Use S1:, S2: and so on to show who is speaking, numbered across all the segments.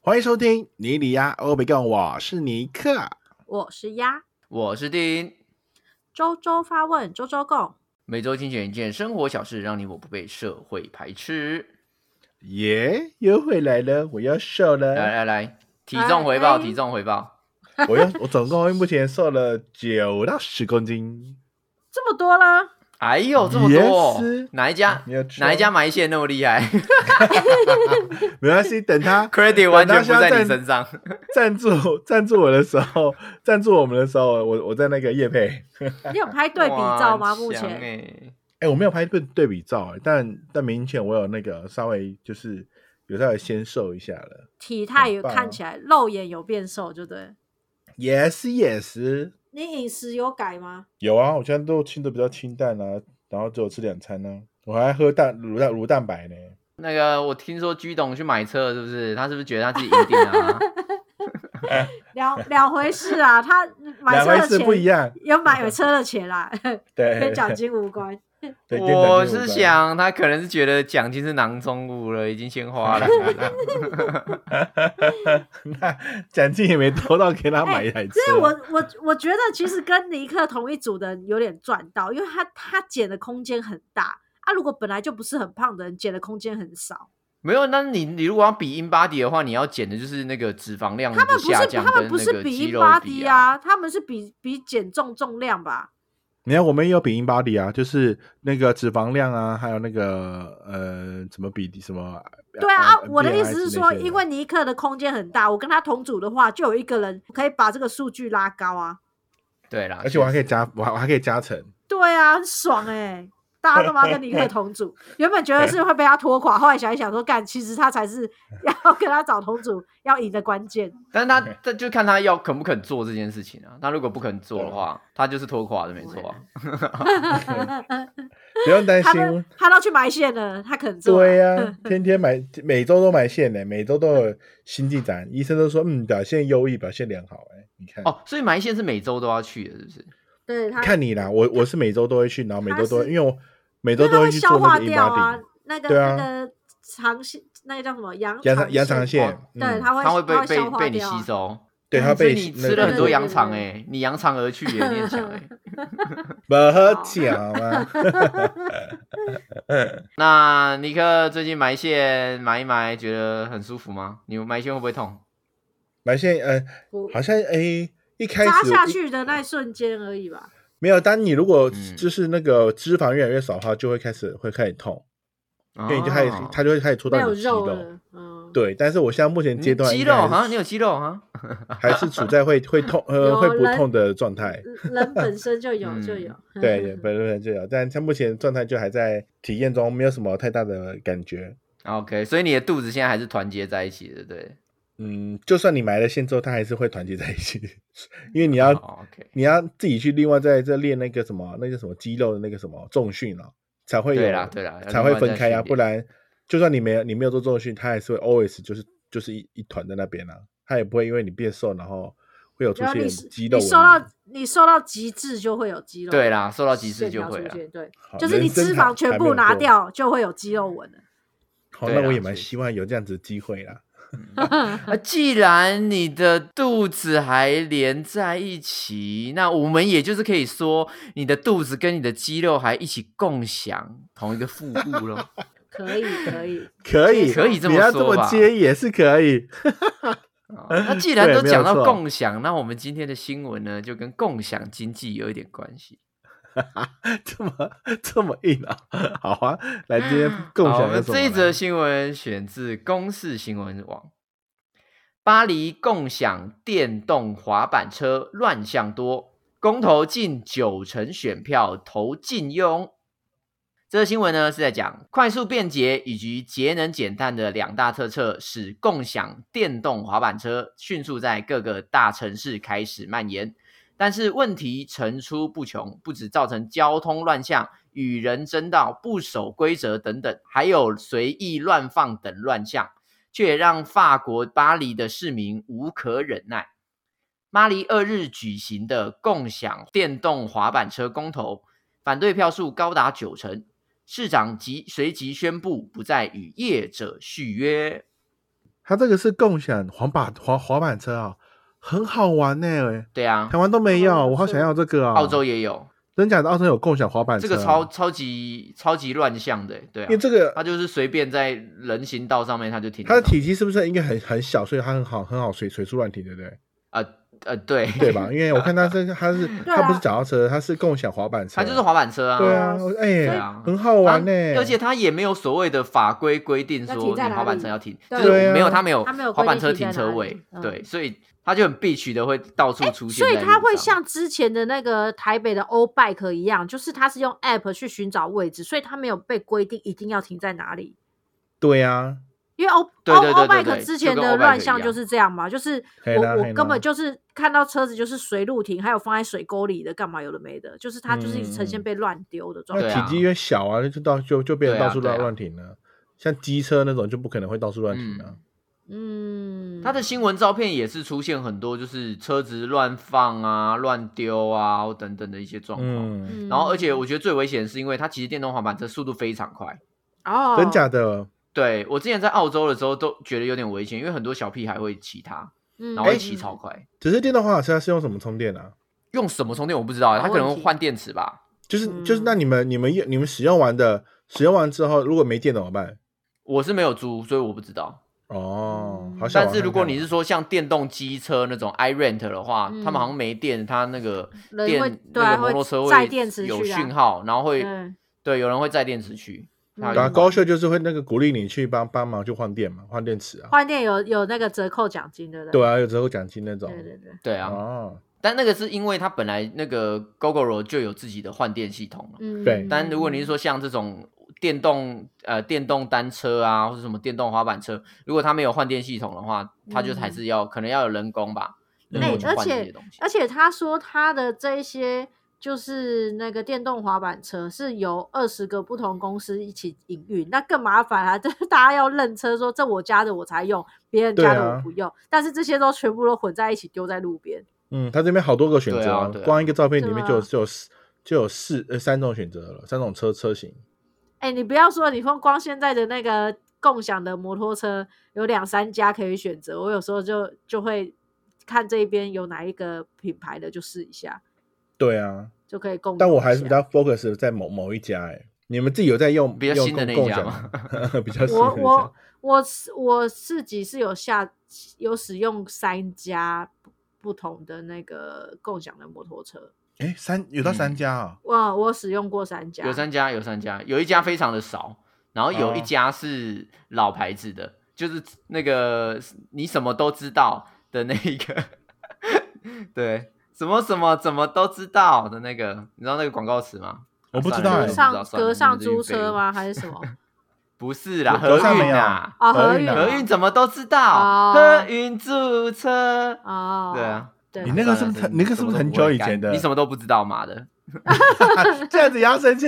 S1: 欢迎收听尼里亚欧比贡，我是尼克。
S2: 我是鸭，
S3: 我是丁。
S2: 周周发问，周周共。
S3: 每周精选一件生活小事，让你我不被社会排斥。
S1: 耶，又回来了，我要瘦
S3: 来
S1: 了。
S3: 来来，体重回报，
S2: 哎
S3: 体重回报。
S1: 我要 我总共目前瘦了九到十公斤。
S2: 这么多啦，
S3: 哎呦，这么多哦
S1: Yes
S3: 哪一家
S1: 你有吃
S2: 啊
S3: 哪一家埋线那么厉害
S1: 没关系，等 他
S3: ？Credit 完全不在你身上。
S1: 赞助赞助我的时候，赞助我们的时候，我我在那个夜配。
S2: 你有拍对比照吗？目前
S3: 前
S1: 哎、我没有拍对对比照、哎但但明显我有那个稍微就是有稍微先瘦一下了。
S2: 体态也
S1: 很棒哦
S2: 看起来肉眼有变瘦，就对了。
S1: Yes Yes，
S2: 你饮食有改吗？
S1: 有啊，我现在都清的比较清淡啊，然后只有吃两餐呢、我还喝蛋乳蛋乳蛋白呢。
S3: 那个，我听说居董去买车，是不是？他是不是觉得他自己赢定了 啊？
S2: 两两回 事啊，他
S1: 两
S2: 买车
S1: 回
S2: 的
S1: 事不一
S2: 钱
S1: 样，
S2: 有买有车的 钱啦，
S1: 对，
S2: 跟奖金无 关。
S1: 对，跟奖金无
S3: 我是
S1: 关，
S3: 想，他可能是觉得奖金是囊中物了，已经先 花了。
S1: 那奖金也没多到给他买啊一台车，
S2: 所以哎我我我觉得其实跟尼克同一组的人有点赚到，因为他他减的空间很大啊。如果本来就不是很胖的人，减的空间很少。
S3: 没有，那你你如果要比 in body 的话，你要减的就是那个脂肪量
S2: 他们
S3: 的
S2: 不
S3: 下
S2: 是
S3: 降
S2: 他们
S3: 跟
S2: 不
S3: 那
S2: 是
S3: 个肌
S2: 比
S3: 肉
S2: body
S3: 啊。
S2: 啊，他们是比比减重重量吧？
S1: 你看我们也有比 in body 啊，就是那个脂肪量啊，还有那个呃怎么比什么，
S2: 对啊，啊
S1: 呃
S2: 我的
S1: BMI
S2: 意思是
S1: 之类
S2: 说，
S1: 的
S2: 因为尼克的空间很大，我跟他同组的话，就有一个人可以把这个数据拉高啊。
S3: 对啦，
S1: 而且我还可
S3: 以
S1: 以加，我还我还可以加 成，
S2: 对啊，很爽哎、大家都要跟尼 克同组，原本觉得是会被他拖垮，后来想一想说，干，其实他 才是要跟他找同组要赢的关键。
S3: 但是他这就看他要肯不肯做这件事情啊。他如果不肯做的
S1: 啊
S3: 话，他就是拖垮的，没错啊。
S1: 不用担
S2: 他都
S1: 心。
S2: 他都去埋线了，他肯做、啊
S1: 对啊呀、 天天买，每周都买线呢、每周都有新进展。医生都说，嗯，表现优异，表现良好、哎，你看，
S3: 哦，所以埋线是每周都要去的，是不是？
S2: 对他
S1: 看你啦，我我是每周都会去，然后每周都
S2: 他
S1: 会，
S2: 是
S1: 因为我每
S2: 因为
S1: 周
S2: 它
S1: 都
S2: 会
S1: 去
S2: 消
S1: 做那
S2: 化
S1: 个 in
S2: 掉啊
S1: body，，
S2: 那个
S1: 对啊
S2: 那个肠线，那个叫什么羊
S1: 羊肠羊肠
S2: 肠
S1: 线
S3: 哦，
S2: 对，
S1: 嗯
S2: 它会
S3: 他会被
S2: 它会
S3: 被
S2: 消化
S3: 被你
S2: 掉啊
S3: 吸收。
S1: 对它
S3: 嗯所以
S1: 被
S3: 你
S1: 那个
S3: 吃了很多羊肠
S2: 对对
S3: 哎，你扬长而去也念想 哎。
S1: 不啊喝酒吗？
S3: 那尼克最近埋线埋一埋，觉得很舒服吗？你埋线会不会痛？
S1: 埋线，呃，
S2: 不
S1: 好像诶、一开始
S2: 扎下
S1: 一
S2: 去的那一瞬间而已吧。
S1: 没有。当你如果
S3: 嗯
S1: 就是那个脂肪越来越少的话，就会开始会开始痛，
S3: 因
S1: 因为你就开始
S3: 哦
S1: 它就会开始戳到
S2: 没
S1: 你
S2: 有
S1: 的肌
S2: 肉
S1: 肉。
S2: 了，嗯，
S1: 对，但是我现在目前阶段
S3: 嗯肌
S1: 应
S3: 肉
S1: 该还
S3: 哈，
S1: 是
S3: 你有肌肉哈。
S1: 还是处在会会痛呃
S2: 有
S1: 会不
S2: 人
S1: 痛的状态。
S2: 人本身就有就有，
S3: 嗯
S1: 对，也本人就有，但他目前状态就还在体验中，没有什么太大的感觉。
S3: OK，所以你的肚子现在还是团结在一起的，对不对？
S1: 嗯，就算你埋了线之后，它还是会团结在一起， 因为你要、
S3: 哦 OK，
S1: 你要自己去另外再再练那个什么那个什么肌肉的那个什么重训啊，才会有
S3: 对啦对啦
S1: 才会分开
S3: 要另外再训
S1: 啊，
S3: 练
S1: 不然就算你没有你没有做重训，它还是会 always 就是就是一一团在那边啊，它也不会因为你变瘦然后会有出
S2: 然后
S1: 现
S2: 你
S1: 肌肉
S2: 你
S1: 纹
S2: 瘦到你瘦到极致就会有肌肉，
S3: 对，啦，瘦到极致就会
S2: 出
S3: 了。
S2: 现，对，
S1: 好
S2: 就是你
S1: 人生
S2: 脂
S1: 还
S2: 肪全
S1: 还没有
S2: 部拿
S1: 过
S2: 掉就会有肌肉纹了。
S1: 好，
S3: 对
S1: 那
S3: 啦
S1: 我也蛮
S3: 所以
S1: 希望有这样子的机会啦。
S3: 啊，既然你的肚子还连在一起，那我们也就是可以说，你的肚子跟你的肌肉还一起共享同一个腹部 咯。
S2: 可以可以，
S1: 可以，
S3: 可以这么
S1: 你要这
S3: 说
S1: 么
S3: 吧
S1: 接也是可以。
S3: 啊那既然
S1: 对
S3: 都
S1: 没有
S3: 讲到
S1: 错
S3: 共享，那我们今天的新闻呢，就跟共享经济有一点关系。
S1: 这么这么硬啊！好啊，来今天共
S3: 嗯好，
S1: 享
S3: 我
S1: 有
S3: 们
S1: 什么
S3: 这
S1: 呢？
S3: 一则新闻选自公视新闻网。巴黎共享电动滑板车乱象多，公投近九成选票投禁用。这个新闻呢是在讲快速便捷以及节能减碳的两大特色，使共享电动滑板车迅速在各个大城市开始蔓延。但是问题层出不穷，不止造成交通乱象、与人争道、不守规则等等，还有随意乱放等乱象，却也让法国巴黎的市民无可忍耐。巴黎二日举行的共享电动滑板车公投，反对票数高达九成，市长即随即宣布不再与业者续约。
S1: 它这个是共享滑板滑滑板车啊、很好玩呢、
S3: 对啊
S1: 台，湾都没有，
S2: 哦
S1: 我好
S2: 是
S1: 想要这个啊、
S3: 澳洲也有，
S1: 真假的澳洲有共享滑板车
S3: 这
S1: 啊、
S3: 个超超级超级乱象的，对啊
S1: 因为，这个
S3: 它就是随便在人行道上面它就停
S1: 它
S3: 得到，
S1: 的体积是不是应该很很小，所以它很好很好随随处乱停，对不对？
S3: 呃呃对
S1: 对吧？因为我看它这个它是
S2: 啊
S1: 它不是脚踏车，它是共享滑板车，
S3: 它就是滑板车啊，
S1: 对啊，我哎、
S3: 对啊
S1: 很好玩呢、
S3: 它而且它也没有所谓的法规规定说
S2: 要停
S3: 你
S2: 在哪里
S3: 滑板车要停，
S2: 对
S3: 就是
S1: 对啊
S3: 没有它没有
S2: 它没有规
S3: 滑
S2: 定
S3: 板车
S2: 停
S3: 停
S2: 在
S3: 车
S2: 哪里
S3: 位，
S2: 嗯哎
S3: 对，所以它就很必须的会到处出
S2: 所
S3: 现在路
S2: 以
S3: 上，
S2: 它会像之前的那个台北的 O Bike 一样，就是它是用 App 去寻找位置，所以它没有被规定一定要停在哪里。
S1: 对啊，
S2: 因为 O
S3: 对
S2: O
S3: 对
S2: O
S3: 对对
S2: Bike
S3: 对
S2: 之前
S3: 就跟
S2: 的
S3: O-bike
S2: 乱象
S3: 一样
S2: 就是这样嘛，就是
S1: 嘿
S2: 我
S1: 啦嘿
S2: 我
S1: 啦
S2: 根本就是看到车子就是随路停，还有放在水沟里的，干嘛有的没的，就是它就是一直呈现
S1: 嗯
S2: 被乱丢的状
S1: 那
S3: 对
S2: 态。
S3: 啊
S1: 体积越小啊，就到就就变成
S3: 对啊
S1: 到处
S3: 对啊
S1: 乱乱停了。像机车那种就不可能会到处乱停啊。
S2: 嗯，
S3: 它的新闻照片也是出现很多，就是车子乱放啊、乱丢啊等等的一些状况。
S1: 嗯，
S2: 嗯，
S3: 然后，而且我觉得最危险的是，因为它其实电动滑板车速度非常快。
S2: 哦，
S1: 真假的？
S3: 对我之前在澳洲的时候都觉得有点危险，因为很多小屁孩会骑它，
S2: 嗯，
S3: 然后会
S2: 嗯
S3: 骑超快。
S1: 只是电动滑板车它是用什么充电啊？
S3: 用什么充电我不知道，欸
S2: 好
S3: 它可能
S2: 问题
S3: 换电池吧。
S1: 就是、
S2: 嗯
S1: 就是，那你们你们用你们使用完的，使用完之后如果没电怎么办？
S3: 我是没有租，所以我不知道。
S1: 哦，
S2: 嗯
S1: 好像
S3: 但是如果你是说像电动机车那种 i rent 的话，
S2: 嗯
S3: 他们好像没电，它那个
S2: 人
S3: 电
S2: 会对
S3: 那
S2: 啊
S3: 个摩
S2: 会
S3: 托车
S2: 载电池
S3: 有
S2: 去啊
S3: 讯号，然后会
S2: 嗯
S3: 对有人会载电池去。它
S2: 嗯
S1: 对啊，
S3: 有
S1: 高秀就是会那个鼓励你去帮帮忙去换电嘛，换电池啊。
S2: 换电有有那个折扣奖金，对不对？
S1: 对啊，有折扣奖金那种。
S2: 对对对。
S3: 对啊，
S1: 哦，
S3: 但那个是因为它本来那个 GoGoRo 就有自己的换电系统了。
S2: 嗯，
S1: 对
S3: 但如果你是说像这种电动呃电动单车啊，或者什么电动滑板车，如果它没有换电系统的话，它就还是要、可能要有人工吧，人
S1: 哎
S3: 工去
S2: 嗯而
S3: 换
S2: 且
S3: 这些东西。
S2: 而且他说他的这一些就是那个电动滑板车是由二十个不同公司一起营运，那更麻烦啊！ 就是大家要认车说这我家的我才用，别人家
S1: 对
S2: 的
S1: 啊
S2: 我不用，但是这些都全部都混在一起丢在路边。
S1: 嗯，它这边好多个选择、
S3: 对啊对啊
S1: 光一个照片里
S2: 对
S1: 面
S2: 啊
S1: 就有、就有四就有四呃三种选择了，三种车车型。
S2: 哎，你不要说，你光光现在的那个共享的摩托车有两三家可以选择，我有时候就就会看这边有哪一个品牌的就试一下，
S1: 对啊，
S2: 就可以共用一下。
S1: 但我还是比较 focus 在某某一家哎、你们自己有在用
S3: 比较
S1: 用
S3: 新的
S1: 共
S3: 那一
S1: 共
S3: 家
S1: 享
S3: 吗
S1: 吗？ 比较新的
S2: 我
S1: 那一家
S2: 我。我是我自己是有下有使用三家不不同的那个共享的摩托车，
S1: 哎、三有到
S3: 嗯
S1: 三家啊、
S2: 哇，我使用过三家，
S3: 有三家，有三家，有一家非常的少，然后有一
S1: 哦
S2: 嗯
S3: 家是老牌子的，就是那个你什么都知道的那一个， 对，什么什么怎么都知道的那个，你知道那个广告词吗？
S1: 我不
S3: 啊
S1: 知
S3: 算了
S1: 道哎
S2: 格
S3: 我
S2: 上
S3: 不知道
S2: 格上
S3: 算了你
S2: 租
S3: 们这群废
S2: 车
S3: 物
S2: 吗？还是 什么？
S3: 不是啦，
S1: 格
S3: 合
S1: 上没
S3: 运
S1: 有
S3: 啊，
S2: 哦，
S1: 合
S2: 合
S1: 运
S2: 运
S1: 啊
S3: 合运怎么都知道，
S2: 哦
S3: 合运租车，
S2: 哦，
S3: 对啊，
S2: 对
S1: 你那个是不是
S3: 算了
S1: 你那个是不是很久以前的
S3: 你什么都不知道，妈的！
S1: 这样子也要生气？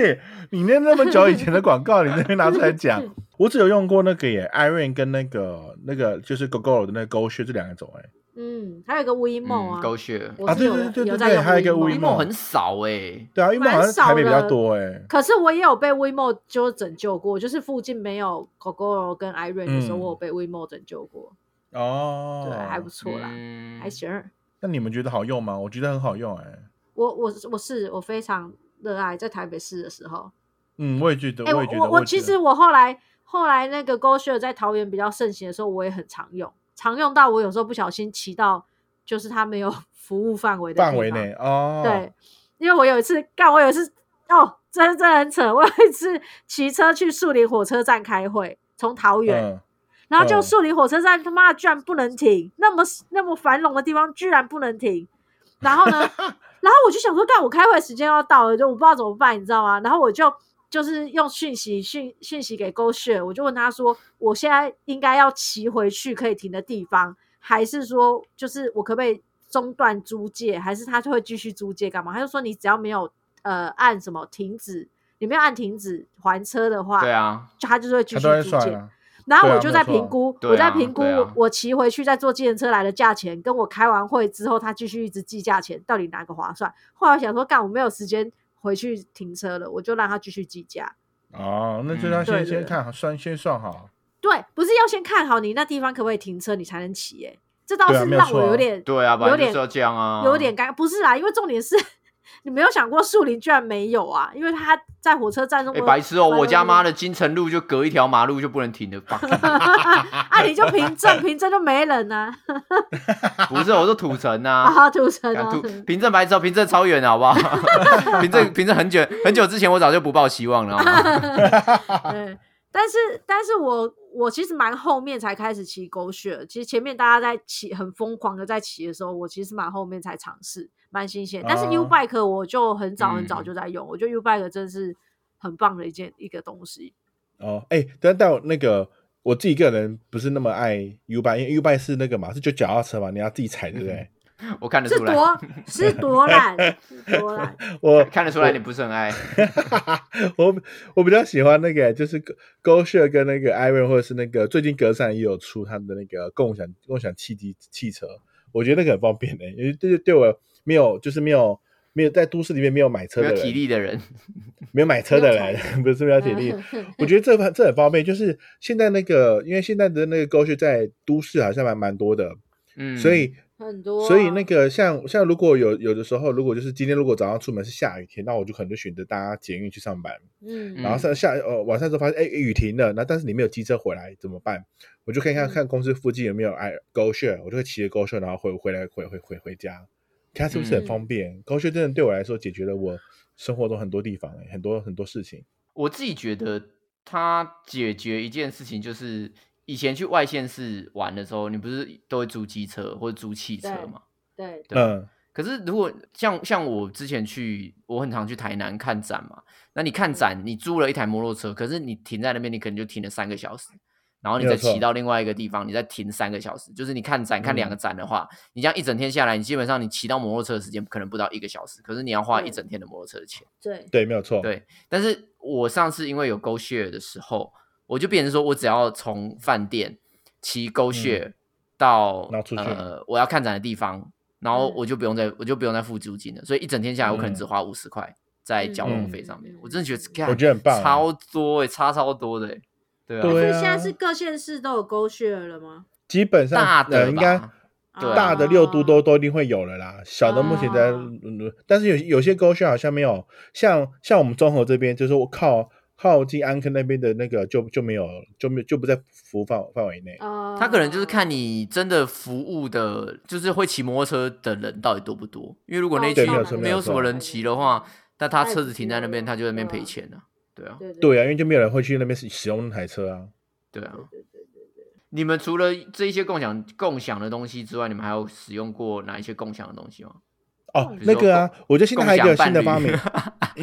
S1: 你那那么久以前的广告，你那边拿出来 讲？我只有用过那个耶，Iron 跟那个那个就是 GoGo 的那个 Go 靴这两种哎。
S2: 嗯，还有一个吴一梦
S3: 嗯，
S2: 啊，
S3: 狗血，
S2: 我是有
S1: 啊对对对对
S2: 有在用
S1: 对还有一个
S2: Wemo
S1: 乌
S3: emo
S1: Wemo
S3: 很少哎、
S1: 对啊，因为
S2: 蛮
S1: 好像
S2: 少
S1: 台北比较
S2: 的
S1: 多哎。
S2: 可是我也有被 WeMo 就拯救过，就是附近没有 GoGo 跟 Iron 的时候，
S1: 嗯
S2: 我有被 WeMo 拯救过，
S1: 哦，
S2: 对，还不错啦，
S3: 嗯
S2: 还行儿。
S1: 那你们觉得好用吗？我觉得很好用哎、
S2: 我我我是我非常热爱在台北市的时候，
S1: 嗯，我也觉得，
S2: 哎、
S1: 我
S2: 我
S1: 也觉得。
S2: 我
S1: 我也
S2: 其
S1: 觉
S2: 实
S1: 得
S2: 我后来后来那个 GoShare 在桃园比较盛行的时候，我也很常用，常用到我有时候不小心骑到就是它没有 服务范围的
S1: 范
S2: 地
S1: 围
S2: 方
S1: 内哦，
S2: 对，因为我有一次干，我有一次哦，真真的很扯，我有一次骑车去树林火车站开会，从桃园，
S1: 嗯，
S2: 然后就
S1: 嗯
S2: 树林火车站他妈的居然不能停，那么那么繁荣的地方居然不能停，然后 呢，然后我就想说，干我开会时间要到了，就我不知道怎么办，你知道吗？然后我就就是用讯息讯讯息给 Go s h a r 我就问他说，我现在应该要骑回去可以停的地方，还是说就是我可不可以中断租借，还是他就会继续租借干嘛？他就说你只要没有呃按什么停止，你没有按停止还车的话，
S3: 对啊，
S2: 就他就是会继
S1: 他
S2: 续
S1: 都会
S2: 租
S1: 算
S2: 借。
S1: 啊。
S2: 然后
S1: 对啊
S2: 我就在
S1: 没有错
S2: 评估，
S3: 对啊
S2: 我在评估
S3: 对啊
S2: 我骑回去再坐计程车来的价钱，跟我开完会之后他继续一直计价钱，到底哪个划算？后来我想说，干我没有时间回去停车了，我就让他继续计价。
S1: 哦，那就要
S3: 嗯
S1: 先
S2: 对对
S1: 先
S2: 对
S1: 看好算，先算好。
S2: 对，不是是要先看好你那地方可不可以停车，你才能骑、欸？哎，这倒
S1: 对啊
S2: 是
S1: 没有
S2: 让
S1: 错
S2: 我
S1: 啊
S2: 有点、
S3: 对啊，本
S2: 有
S3: 来就
S2: 点
S3: 是要这样啊，
S2: 有点尴尬。不是啦，因为重点是 你没有想过树林居然没有啊，因为他在火车站中
S3: 哎、
S2: 国、
S3: 白痴哦、
S2: 白
S3: 我家
S2: 痴
S3: 妈的金城路就隔一条马路就不能停的，fuck
S2: 啊，你就凭证，凭证就没人呐、
S3: 不是，我说土 城
S2: 啊，
S3: 啊。
S2: 啊，土城
S3: 敢
S2: 啊
S3: 土，凭证白痴哦，凭证超远的好 不好？凭证凭证很久很久之前，我早就不抱希望了，好 吗？
S2: 对，但是但是我我其实蛮后面才开始骑狗血，其实前面大家在骑很疯狂的在骑的时候，我其实蛮后面才尝试，蛮新鲜。但是
S1: 哦
S2: U Bike 我就很早很早
S3: 嗯
S2: 就在用，我觉得 U Bike 真是很棒的一件一个东西。
S1: 哦，哎、但但我那个我自己个人不是那么爱 U 拜，因为 U 拜是那个嘛，是就脚踏车嘛，你要自己踩，对不对？
S3: 我看得
S2: 是
S3: 出 来，
S2: 多是多烂，是多烂，
S1: 我
S3: 看得出来你不是很爱。
S1: 我我比较喜欢那个，就是 Go Share 跟那个 Iron，或者是那个最近格栅也有出他们的那个共享共享汽机汽车，我觉得那个很方便的、因为对对我没有就是没有没有在都市里面没有买车
S3: 没
S1: 的
S3: 有
S1: 人，
S3: 体力的人，
S1: 没有买车的人，嗯不是没有体力。我觉得这很这很方便，就是现在那个，因为现在的那个 Go Share 在都市好像蛮蛮多的，
S3: 嗯，
S1: 所以
S2: 很多啊。
S1: 所以那个像像如果有有的时候，如果就是今天如果早上出门是下雨天，那我就可能就选择搭捷运去上班，
S2: 嗯，
S1: 然后
S3: 嗯
S1: 上下呃晚上之后发现哎雨停了，那但是你没有机车回来怎么办？我就看看
S2: 嗯
S1: 看公司附近有没有哎 Go Share，我就会骑着 Go Share 然后回回来回回回回家，看它是不是很
S2: 嗯
S1: 方便。Go Share 真的对我来说解决了我生活中很多地方、哎很多很多事情。
S3: 我自己觉得它解决一件事情，就是以前去外县市玩的时候，你不是都会租机车或者租汽车
S2: 对
S3: 嘛？
S2: 对，
S3: 对吧
S1: 嗯，
S3: 可是如果像像我之前去，我很常去台南看展嘛。那你
S1: 嗯
S3: 看展，你租了一台摩托车，可是你停在那边，你可能就停了三个小时，然后你
S1: 没
S3: 再
S1: 有错
S3: 骑到另外一个地方，你再停三个小时。就是你看展看两
S1: 嗯
S3: 个展的话，你这样一整天下来，你基本上你骑到摩托车的时间可能不到一个小时，可是你要花一
S2: 嗯
S3: 整天的摩托车的钱。
S2: 对，
S1: 对，没有错。
S3: 对，但是我上次因为有 Go Share 的时候，我就变成说我只要从饭店骑 Go Share 到、
S1: 嗯然后出去
S3: 呃我要看展的地方，然后
S2: 嗯
S3: 我就不用再我就不用再付租金了，所以一整天下来我可能只
S1: 嗯
S3: 花五十块在交通
S1: 嗯
S3: 费上面，
S2: 嗯
S3: 我真的觉得
S2: 嗯
S1: 我
S3: 干
S1: 觉得很棒啊
S3: 超多哎、差超多的欸、对啊，
S1: 对
S2: 所以
S1: 啊
S2: 现在是各县市都有狗血了吗？
S1: 基本上
S3: 大的
S1: 呃、应该
S3: 吧对啊啊
S1: 大的六都
S2: 啊
S1: 都都一定会有了啦，小的目前在，
S2: 哦
S1: 嗯但是有有些沟圈好像没有，像像我们中和这边，就是我靠靠近安坑那边的那个就就没有，就没就不在服务范范围内。
S2: 哦，
S3: 他可能就是看你真的服务的，就是会骑摩托车的人到底多不多。因为如果那
S2: 哦
S3: 区
S1: 对没有错
S3: 没
S1: 没有
S3: 有什么
S1: 错
S3: 人骑的话，那他
S2: 那也
S3: 车
S2: 不
S3: 子
S2: 骑
S3: 停在
S2: 了
S3: 那边，
S2: 啦
S3: 他就在那边
S2: 对
S3: 赔
S2: 啊
S3: 钱啊。对啊，
S2: 对
S1: 对啊，因为就没有人会去那边使使用那台车啊。
S3: 对啊。
S2: 对对对对
S3: 你们除了这一些共享共享的东西之外，你们还有使用过哪一些共享的东西吗？
S1: 哦
S2: 比，
S1: 那
S3: 如说
S1: 个啊，我觉得现在
S3: 共
S1: 还有一个
S3: 享
S1: 新的发
S3: 伴侣
S1: 明，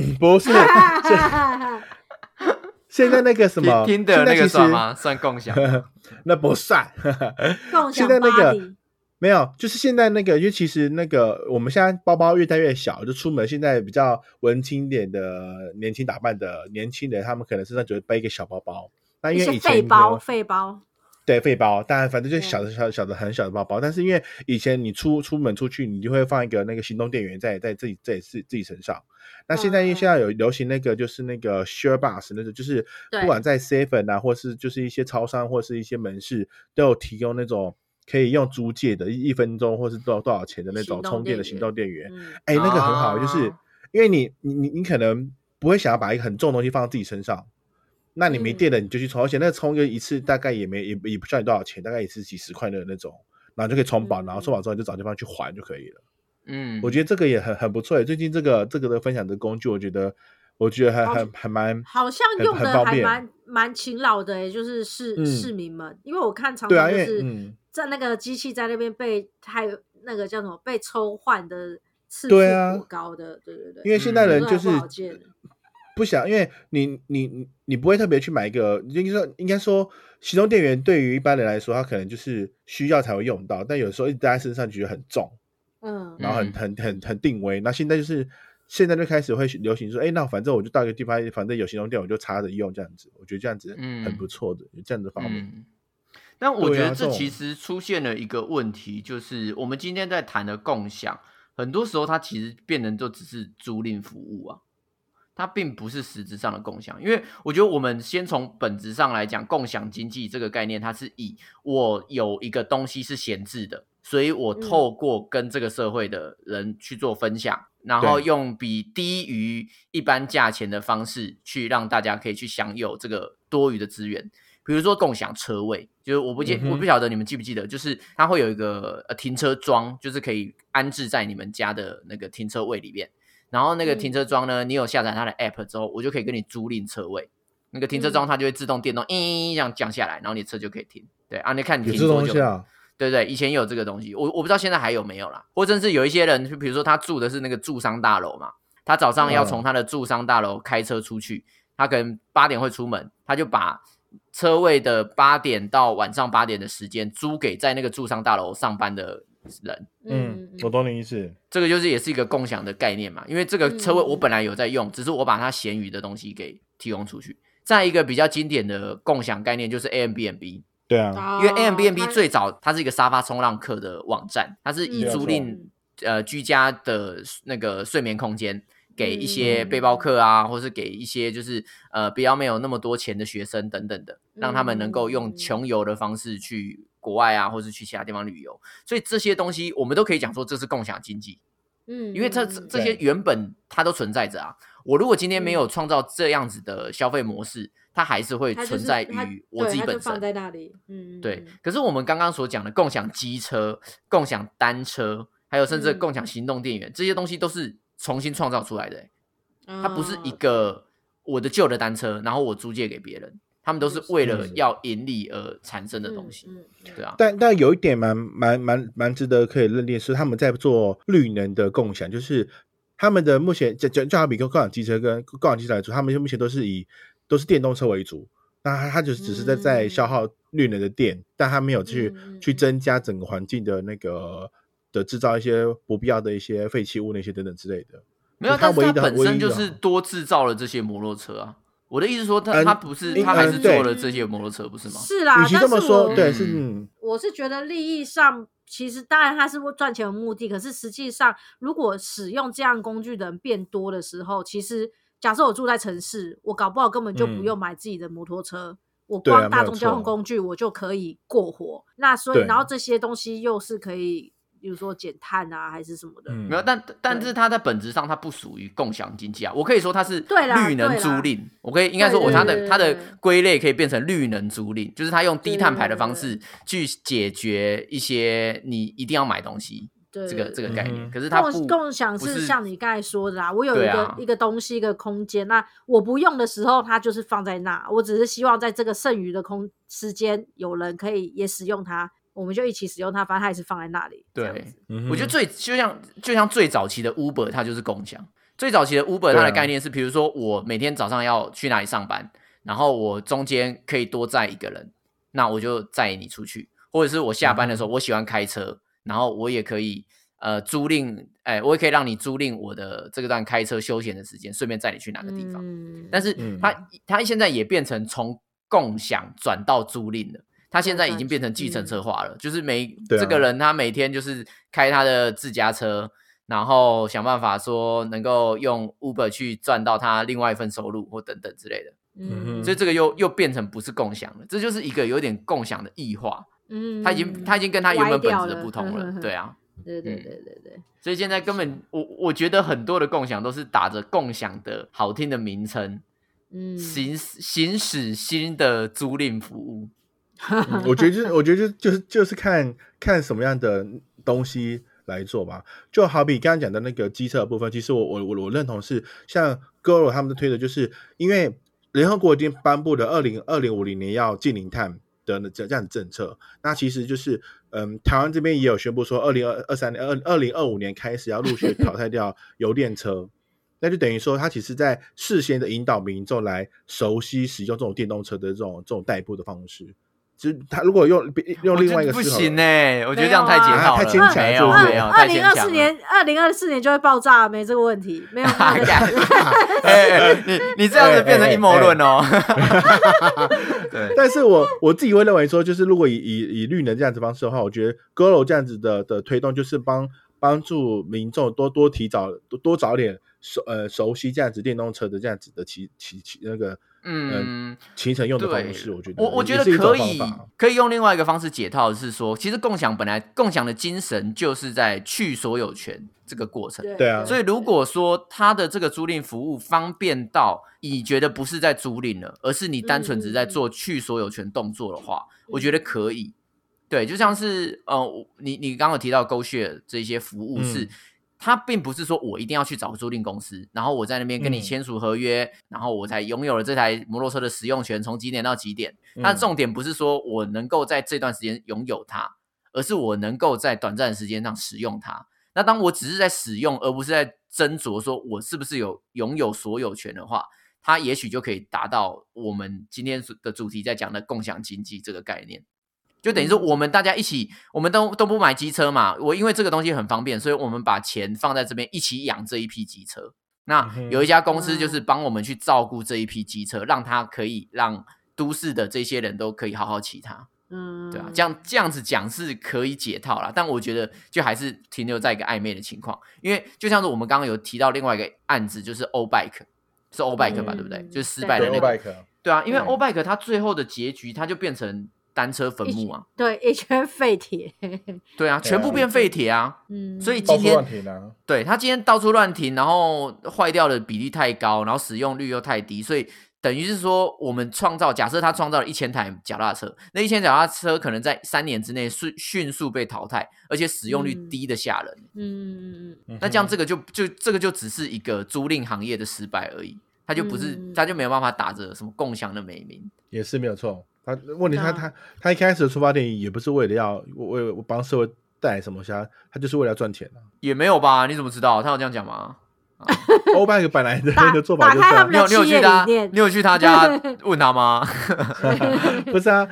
S1: 嗯不是现
S2: 对，
S1: 现在那个什么，
S3: 听的
S1: 现在
S3: 那
S1: 其
S3: 个
S1: 实
S3: 算吗？算 共享？
S1: 那不 算。
S2: 共
S1: 现
S2: 享
S1: 在那
S2: 巴
S1: 个
S2: 黎，
S1: 没有，就是现在那个，因为其实那个我们现在包包越带越小，就出门现在比较文青一点的年轻打扮的年轻人，他们可能身上就会背一个小包包。 那因
S2: 一
S1: 为
S2: 些
S1: 以前
S2: 废
S1: 没有
S2: 包，废包，
S1: 对背包，当然反正就是
S2: 对
S1: 小的小小的很小的包包，但是因为以前你出出门出去，你就会放一个那个行动电源在在自己在自自己身上。那现在因为
S2: 嗯
S1: 现在有流行那个就是那个 share bus 那种，就是
S2: 对
S1: 不管在 seven 啊，或是就是一些超商或是一些门市都有提供那种可以用租借的，一一分钟或是多少多少钱的那种
S2: 行动
S1: 充电的
S2: 电
S1: 行
S2: 源
S1: 动电源。
S2: 嗯，
S1: 哎、那个很好，就是
S3: 啊
S1: 因为你你你你可能不会想要把一个很重的东西放到自己身上，那你没电
S2: 嗯
S1: 了你就去充，而且那个充个一次大概也没也也不需要你多少钱，大概也是几十块的那种，然后就可以充饱，
S2: 嗯
S1: 然后充饱之后你就找地方去还就可以了。
S3: 嗯，
S1: 我觉得这个也很很不错，最近这个这个的分享的工具，我觉得我觉得还还还蛮
S2: 好像
S1: 很
S2: 用
S1: 很
S2: 的
S1: 方
S2: 还
S1: 便
S2: 蛮蛮勤劳的欸，就是市
S1: 嗯
S2: 市民们，因为我看常
S1: 对啊，
S2: 常就
S1: 因为
S2: 是
S1: 嗯
S2: 在那个机器在那边被太那个叫什么被抽换的次数
S1: 对啊
S2: 颇高的，对对对，
S1: 因为现代
S3: 嗯
S1: 人
S2: 有时
S1: 就
S2: 候还不好
S1: 是
S2: 见
S1: 不想，因为你你你你不会特别去买一个，应该说应该说，行动电源对于一般人来说，它可能就是需要才会用到，但有时候一直带在身上觉得很重，
S2: 嗯，
S1: 然后很
S3: 嗯
S1: 很很很定位。那现在就是现在就开始会流行说，哎，那反正我就到一个地方，反正有行动电我就插着用这样子，我觉得这样子
S3: 嗯
S1: 很不错的，有这样的方面。
S3: 嗯，但我
S1: 对
S3: 觉
S1: 啊
S3: 得
S1: 这
S3: 这
S1: 种
S3: 其实出现了一个问题，就是我们今天在谈的共享，很多时候它其实变成就只是租赁服务啊。它并不是实质上的共享，因为我觉得我们先从本质上来讲，共享经济这个概念，它是以我有一个东西是闲置的，所以
S1: 嗯
S3: 我透过跟这个社会的人去做分享，然后
S1: 对
S3: 用比低于一般价钱的方式去让大家可以去享有这个多余的资源。比如说共享车位，就是我不记、
S1: 嗯哼
S3: 我不晓得你们记不记得，就是它会有一个呃停车桩，就是可以安置在你们家的那个停车位里面。然后那个
S2: 嗯
S3: 停车桩呢，你有下载它的 app 之后，我就可以跟你租赁车位。那个停车
S2: 嗯
S3: 桩它就会自动电动，咦、这样降下来，然后你的车就可以停。对啊，你看你
S1: 有
S3: 停
S1: 这
S3: 多
S1: 东
S3: 久
S1: 西？啊？
S3: 对对，以前有这个东西，我我不知道现在还有没有啦。或甚至有一些人，就比如说他住的是那个住商大楼嘛，他早上要
S1: 嗯
S3: 从他的住商大楼开车出去，他可能八点会出门，他就把车位的八点到晚上八点的时间租给在那个住商大楼上班的人。
S1: 嗯
S2: 嗯，嗯，
S1: 我懂你意思。
S3: 这个就是也是一个共享的概念嘛，因为这个车位
S2: 嗯
S3: 我本来有在用，只是我把它闲余的东西给提供出去。再一个比较经典的共享概念就是 Airbnb，
S1: 对啊，
S2: 哦
S3: 因为 Airbnb
S2: 它
S3: 最早它是一个沙发冲浪客的网站，它是以
S1: 嗯
S3: 租
S1: 没
S3: 赁
S2: 错
S3: 呃居家的那个睡眠空间给一些
S2: 嗯
S3: 背包客啊，或是给一些就是呃比较没有那么多钱的学生等等的，让他们能够用
S2: 嗯
S3: 穷游的方式去国外啊，或是去其他地方旅游。所以这些东西我们都可以讲说这是共享经济。
S2: 嗯，
S3: 因为这
S2: 嗯
S3: 这
S2: 嗯
S3: 这些
S1: 对
S3: 原本它都存在着啊。我如果今天没有创造这样子的消费模式，它还是会
S2: 它就
S3: 存
S2: 是
S3: 在
S2: 它
S3: 于我
S2: 对
S3: 自己
S2: 它就
S3: 本
S2: 放
S3: 身。
S2: 在那里，嗯，嗯
S3: 对，可是我们刚刚所讲的共享机车、共享单车，还有甚至
S2: 嗯
S3: 共享行动电源，这些东西都是重新创造出来的欸、
S2: 嗯
S3: 它不是一
S2: 啊
S3: 个我的旧的单车，然后我租借给别人，他们都是
S2: 嗯
S3: 为了
S1: 是
S3: 要盈利而产生的
S2: 嗯
S3: 东西，
S2: 嗯嗯
S3: 对啊。
S1: 但但有一点蛮蛮蛮蛮值得可以认定是他们在做绿能的共享，就是他们的目前就就就好比跟共享机车跟共享机车来说，他们目前都是以都是电动车为主，那它它就只是在在
S2: 嗯
S1: 消耗绿能的电，但它没有去、
S2: 嗯嗯
S1: 去
S2: 嗯
S1: 增加整个环境的那个的制造一些不必要的一些废弃物那些等等之类的。
S3: 没有，啊
S1: 它
S3: 但是
S1: 唯
S3: 它
S1: 一的
S3: 本
S1: 唯
S3: 身
S1: 一
S3: 就
S1: 的啊
S3: 是多制造了这些摩托车啊。我的意思是说它，它
S1: 嗯
S3: 不是，
S1: 应
S3: 它还
S1: 嗯
S3: 是做
S1: 对
S3: 了这些摩托车，不是吗？
S2: 是啦，
S1: 与其
S2: 啊但
S1: 这么
S2: 是
S1: 说，
S2: 我
S1: 对是
S3: 嗯
S1: 嗯
S2: 我是觉得利益上，其实当然它是为赚钱的目的，可是实际上，如果使用这样工具的人变多的时候，其实假设我住在城市，我搞不好根本就不
S1: 嗯
S2: 用买自己的摩托车，我
S1: 对啊
S2: 光大
S1: 没有
S2: 众交通
S1: 错
S2: 工具我就可以过活。那所以，
S1: 对
S2: 然后这些东西又是可以，比如说减碳啊，还是什么的。
S1: 嗯
S3: 没有，但但是它在本质上它不属于共享经济啊。我可以说它是
S2: 对啦
S3: 绿能
S2: 对啦
S3: 租赁，我可以应该说
S2: 对
S3: 我
S1: 对
S3: 它
S2: 对
S3: 的
S2: 对
S3: 它的
S2: 对
S3: 归类可以变成绿能租赁，就是它用低碳排的方
S2: 对
S3: 式去解决一些你一定要买东西
S2: 对，
S3: 这个这个
S1: 对
S3: 概
S1: 嗯
S3: 念。
S1: 哼
S3: 可是它不
S2: 共共享
S3: 不
S2: 是
S3: 是
S2: 像你刚才说的啦，我有一
S3: 对
S2: 个、
S3: 啊
S2: 一个东西一个空间，那我不用的时候，它就是放在那。我只是希望在这个剩余的空时间，有人可以也使用它，我们就一起使用它，反正它也是放在那里。这样
S3: 对
S2: 子，
S1: 嗯哼
S3: 我觉得最就像就像最早期的 Uber，它就是共享。最早期的 Uber，
S1: 对啊
S3: 它的概念是，比如说我每天早上要去哪里上班，然后我中间可以多载一个人，那我就载你出去，或者是我下班
S1: 嗯
S3: 的时候，我喜欢开车，然后我也可以呃租赁，哎，我也可以让你租赁我的这个段开车休闲的时间，顺便载你去哪个地方。
S2: 嗯
S3: 但是
S1: 嗯
S3: 它、它现在也变成从共享转到租赁了。它现在已经变成计程车
S2: 嗯
S3: 化了，就是每、
S1: 对啊
S3: 这个人他每天就是开他的自家车，然后想办法说能够用 Uber 去赚到他另外一份收入或等等之类的，
S1: 嗯
S3: 所以这个又又变成不是共享了，这就是一个有点共享的异化，
S2: 嗯
S3: 它已经它已经跟它原本本质的不同
S2: 歪掉
S3: 了，
S2: 了
S3: 对啊，
S2: 对对对对对，
S3: 所以现在根本我我觉得很多的共享都是打着共享的好听的名称，
S2: 嗯，
S3: 行行使新的租赁服务，
S1: 嗯我觉得就是，我觉得就就是就是看看什么样的东西来做吧。就好比刚刚讲的那个机车的部分，其实我我我我认同是像 g o r o 他们的推的，就是因为联合国已经颁布了二零二零五零年要近零碳的这这样的政策，那其实就是嗯，台湾这边也有宣布说，二零二二三年二二零二五年开始要陆续淘汰掉油电车。那就等于说，它其实在事先的引导民众来熟悉使用这种电动车的这种这种代步的方式。就是他如果用用
S3: 我
S1: 另
S3: 觉
S1: 外一
S3: 得
S1: 个
S3: 哦不
S1: 思考
S3: 行呢、欸我觉得这样
S2: 没
S3: 太
S2: 有
S3: 解
S2: 啊
S3: 套了，
S1: 啊太牵强了
S3: 没
S1: 是不
S3: 有
S1: 是
S3: 没有，
S2: 二二
S3: 太牵
S2: 零
S3: 强
S2: 二
S3: 了
S2: 四。年，二零二四年就会爆炸，没这个问题，没有没 有
S3: 啊
S2: 这个
S3: 干哎哎你你这样子
S1: 哎
S3: 变成阴谋论哦。 对，
S1: 但是我我自己会认为说，就是如果以以以绿能这样子方式的话，我觉得 g o r o 这样子的的推动，就是帮帮助民众多多提早多多早点熟呃熟悉这样子电动车的这样子的骑骑骑那个
S3: 嗯，
S1: 骑乘用的
S3: 对
S1: 方式，我觉得
S3: 我我
S1: 也
S3: 觉得
S1: 是一种
S3: 可
S1: 方
S3: 以
S1: 法
S3: 可以用另外一个方式解套，是说其实共享本来共享的精神就是在去所有权这个过程。
S1: 对啊
S3: 所以如果说它的这个租赁服务方便到你觉得不是在租赁了，而是你单纯只是在做去所有权动作的话，我觉得可以。对，就像是呃，我你你刚刚有提到 GoShare 这些服务
S1: 嗯
S3: 是。它并不是说我一定要去找租赁公司，然后我在那边跟你
S1: 嗯
S3: 签署合约，然后我才拥有了这台摩托车的使用权，从几点到几点。
S1: 嗯
S3: 它重点不是说我能够在这段时间拥有它，而是我能够在短暂的时间上使用它。那当我只是在使用，而不是在斟酌说我是不是有拥有所有权的话，它也许就可以达到我们今天所的主题在讲的共享经济这个概念。就等于
S1: 嗯
S3: 说，我们大家一起，我们都都不买机车嘛。我因为这个东西很方便，所以我们把钱放在这边，一起养这一批机车。
S1: 嗯
S3: 那
S1: 哼
S3: 有一家公司就是帮我们去照顾这一批机车，让它可以让都市的这些人都可以好好骑它。
S2: 嗯，
S3: 对啊，这样这样子讲是可以解套啦，但我觉得就还是停留在一个暧昧的情况，因为就像是我们刚刚有提到另外一个案子，就是 O Bike 是 O Bike 吧，
S2: 嗯
S3: 对不对？
S2: 嗯
S3: 就是失败
S1: 对
S3: 的
S2: 对
S3: 那
S1: o
S3: 个，
S1: bike 啊
S3: 对啊，因为
S1: 对
S3: O Bike 它最后的结局，它就变成单车坟墓啊，
S2: 对一圈废铁，
S3: 对啊，
S1: 对啊
S3: 全部变废铁啊，
S2: 嗯，
S3: 所以
S1: 到处
S3: 今天
S1: 乱停啊，
S3: 对它今天到处乱停，然后坏掉的比例太高，然后使用率又太低，所以等于是说，我们创造假设它创造了一千台脚踏车，那一千脚踏车可能在三年之内迅迅速被淘汰，而且使用率
S2: 嗯
S3: 低的吓人。
S2: 嗯，嗯嗯
S3: 那这样这
S1: 个
S3: 个就就这个就只是一个租赁行业的失败而已，它就不是、
S2: 嗯
S3: 它就没有办法打着什么共享的美名。
S1: 也是没有错。他问题他
S2: 对啊
S1: 他他一开始的出发点也不是为了要为为帮社会带来什么啥，他就是为了要赚钱啊。
S3: 也没有吧？你怎么知道？他有这样讲吗？
S1: o bike 本来的
S2: 打
S1: 那个做法就
S2: 打开
S1: 是
S2: 他
S1: 啊
S2: 们
S3: 你有你有去他
S2: 企业理念
S3: 你有去 他家问他吗？
S1: 不是啊，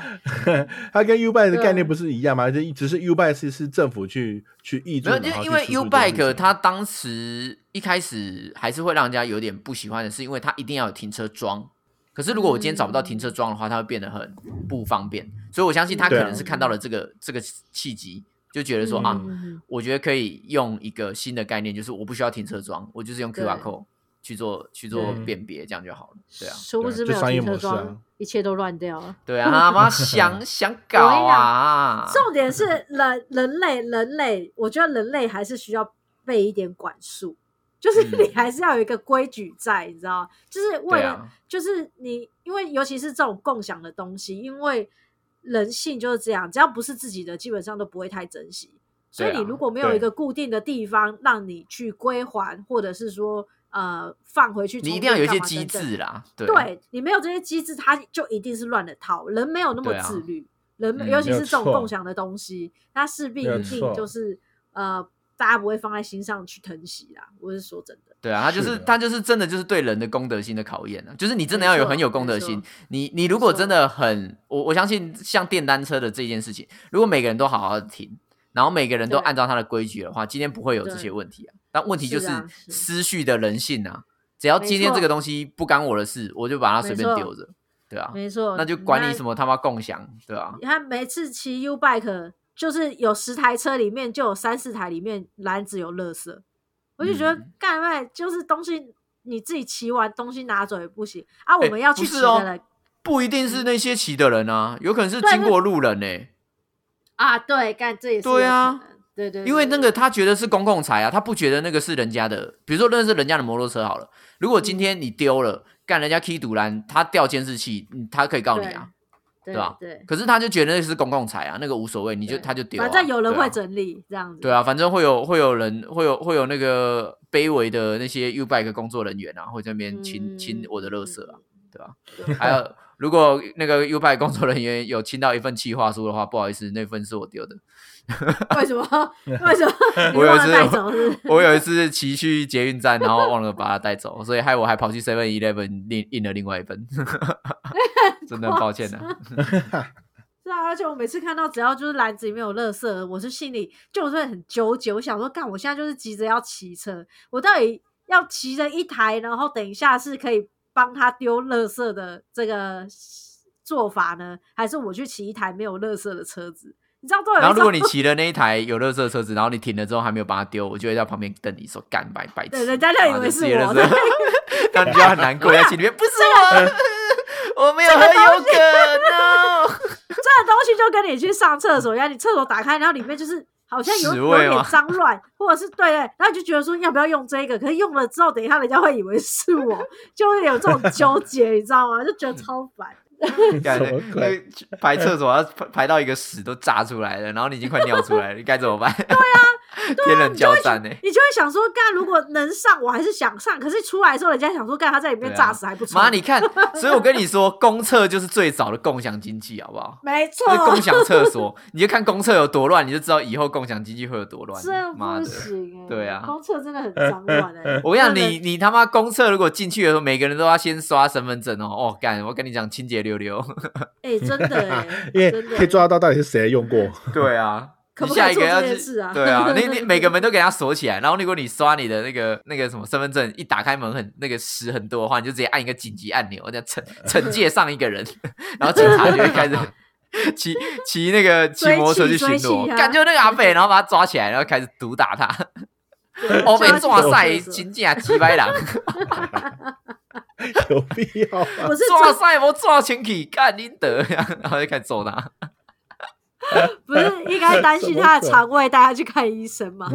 S1: 它跟 U bike 的概念
S3: 啊
S2: 嗯
S1: 不是一样吗？就只是 U bike 是是政府去去挹注，
S3: 没有，就
S1: 然后
S3: 是
S1: 去
S3: 因为
S1: 输
S3: U
S1: 出这件事
S3: Bike
S1: 情
S3: 它当时一开始还是会让人家有点不喜欢的，是因为它一定要有停车桩。可是如果我今天找不到停车桩的话，它会变得很不方便。所以我相信他可
S1: 对啊
S3: 能是看到了这个、这个契机，就觉得说、啊，
S2: 嗯
S3: 我觉得可以用一个新的概念，就是我不需要停车桩，我就是用
S2: 对
S3: QR code 去做去做
S1: 对
S3: 辨别，这样就好了。对啊，
S2: 殊不知
S1: 对就
S2: 没有
S1: 商业
S2: 停车
S1: 模式啊
S2: 桩，一切都乱掉了。
S3: 对啊，他妈想想搞啊！
S2: 重点是人人类人类，我觉得人类还是需要被一点管束，就是
S3: 嗯
S2: 你还是要有一个规矩在，你知道吗？就是为
S3: 对
S2: 了、
S3: 啊，
S2: 就是你，因为尤其是这种共享的东西，因为人性就是这样，只要不是自己的，基本上都不会太珍惜。所以
S3: 对啊
S2: 你如果没有
S1: 对
S2: 一个固定的地方让你去归还，或者是说呃放回去，
S3: 你一定要有一些
S2: 充
S3: 机
S2: 电干嘛等等
S3: 制啦。对啊
S2: 对你没有这些机制，它就一定是乱的套。人没有那么
S3: 对啊
S2: 自律，人
S3: 嗯
S2: 尤其
S1: 没有
S2: 是这种
S1: 错
S2: 共享的东西，它势必
S1: 没有
S2: 一定
S1: 错
S2: 就是呃，大家不会放在心上去疼惜啦。我是说真的，
S3: 对啊，他就是是
S1: 的
S3: 他就是真的就是对人的公德心的考验啊，就是你真的
S2: 没
S3: 要有
S2: 错
S3: 很有公德
S2: 没错
S3: 心。你你如果真的很，我我相信像电单车的这件事情，如果每个人都好好的停，然后每个人都
S2: 对
S3: 按照他的规矩的话，今天不会有这些
S2: 对
S3: 问题啊。但问题就是
S2: 啊是
S3: 失序的人性啊，只要
S2: 没
S3: 今天这
S2: 错
S3: 个东西不干我的事，我就把它随
S2: 没
S3: 便
S2: 错
S3: 丢着，对啊，
S2: 没错。
S3: 那就管你什
S2: 么。
S3: 么他妈共享，对啊，
S2: 你看每次骑 U bike，就是有十台车里面就有三四台里面篮子有垃圾，我就觉得
S3: 嗯
S2: 干嘛、就是东西你自己骑完东西拿走也不行啊，我
S3: 哎
S2: 们要
S3: 不
S2: 去
S3: 是
S2: 骑
S3: 哦
S2: 的人、
S3: 不一定是那些骑的人啊，有可能是
S2: 对
S3: 经
S2: 那
S3: 过路人呢、
S2: 啊，对，干这也是
S3: 对
S2: 有可
S3: 啊
S2: 能，对对对，
S3: 因为那个
S2: 对
S3: 他觉得是公共财啊，他不觉得那个是人家的。比如说，那是人家的摩托车好了。如果今天你丢了，干人家 K 堵拦，他掉监视器，嗯他可以告你啊。
S2: 对
S3: 对吧
S2: 对，
S3: 可是他就觉得那是公共财啊，那个无所谓，你就
S2: 对
S3: 他就丢啊、
S2: 反正有人
S3: 对啊
S2: 会整理这样子，
S3: 对啊，反正会有会有人会有会有那个卑微的那些 U Bike 工作人员啊，会在那边
S2: 嗯，
S3: 清、清我的垃圾啊，对吧、
S2: 对
S3: 还有，如果那个 U Bike 工作人员有清到一份企划书的话，不好意思，那份是我丢的。
S2: 为什么？为 什么？你
S3: 我有
S2: 忘了
S3: 一次
S2: 带走是 不是？
S3: 我有一次骑去捷运站，然后忘了把它带走，所以害我还跑去 Seven Eleven 印印了另外一 份，真的很抱歉啊。
S2: 是啊，而且我每次看到只要就是篮子里面有垃圾，我是心里就是会很纠结。我想说，干，我现在就是急着要骑车，我到底要骑着一台，然后等一下是可以帮他丢垃圾的这个做法呢，还是我去骑一台没有垃圾的车子？你知道都有一
S3: 然后如
S2: 种
S3: 果你骑了那一台有垃圾车子，然后你停了之后还没有把它丢，我就会在旁边瞪你说干白白痴，
S2: 对人家就以
S3: 妈的
S2: 为
S3: 自
S2: 是
S3: 己的
S2: 我
S3: 垃圾那你就很难过，在心里 面不是我，我没有喝优格，no，
S2: 这东西就跟你去上厕所一样，你厕所打开，然后里面就是好像有
S3: 屎
S2: 有
S3: 味吗
S2: 点脏乱， 或者是对对，然后你就觉得说要不要用这个，可是用了之后，等一下人家会以为是我，就会有这种纠结，你知道吗？就觉得超 烦。
S3: 感
S1: 什
S3: 觉
S1: 么
S3: 那
S1: 鬼？
S3: 去排厕所要排排到一个屎都炸出来了，然后你已经快尿出来了，你该怎么办？对啊， 天人交战呢、欸
S2: 你就会想说，干如果能上，我还是想上，可是出来的时候，人家想说，干他在里面
S3: 对啊
S2: 炸死还不错。
S3: 妈，你看，所以我跟你说，公厕就是最早的共享经济，好不好？
S2: 没错
S3: 就是，共享厕所，你就看公厕有多乱，你就知道以后共享经济会有多乱。
S2: 这
S3: 妈
S2: 啊不
S3: 的！
S2: 行哎、
S3: 对啊
S2: 公厕真的很脏乱哎、
S3: 我跟你讲，
S2: 真的
S3: 你你他妈公厕如果进去的时候，每个人都要先刷身份证哦。哦，干，我跟你讲，清洁溜溜。
S2: 哎、真的哎、
S1: 因为
S2: 真的
S1: 可以抓到到底是谁用过。
S3: 对啊，
S2: 可不
S3: 你
S2: 可以
S3: 下一个
S2: 做
S3: 要
S2: 这件
S3: 去
S2: 事啊
S3: 对啊，你你每个门都给它锁起来，然后如果你刷你的那个那个什么身份证，一打开门很那个屎很多的话，你就直接按一个紧急按钮，这样惩惩戒上一个人， 然后警察就会开始。骑骑那个骑
S2: 追
S3: 摩托车
S2: 气
S3: 去
S2: 追
S3: 巡逻，
S2: 气啊
S3: 感觉那个阿北，然后把他抓起来，然后开始毒打他。
S2: 对
S3: 哦，
S2: 就
S3: 被
S2: 要去
S3: 抓
S2: 上
S3: 赛，
S2: 厕所
S3: 真正啊几百人，
S1: 有必要吗？
S2: 我是
S3: 抓
S2: 最
S3: 赛我抓前去干你得，然后就开始揍他。
S2: 不是应该担心他的肠胃，带他去看医生吗？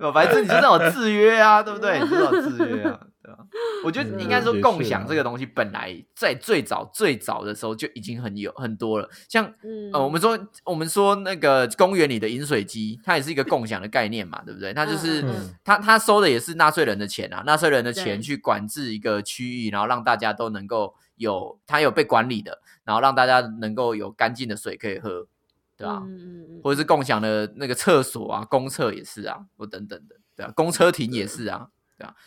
S3: 哦， 反正你就这种制约啊，对不对？你就这种制约啊，对吧？我觉得
S2: 嗯
S3: 应该说
S1: 也是啊
S3: 共享这个东西本来在最早最早的时候就已经很有很多了，像。
S2: 嗯
S3: 呃，我们说我们说那个公园里的饮水机，它也是一个共享的概念嘛，对不对？它就是、
S1: 嗯嗯
S3: 它它收的也是纳税人的钱啊，纳税人的钱
S2: 对
S3: 去管制一个区域，然后让大家都能够有它有被管理的，然后让大家能够有干净的水可以喝，对吧、
S2: 嗯嗯嗯
S3: 或者是共享的那个厕所啊，公厕也是啊，或等等的，对啊，公车亭也是啊，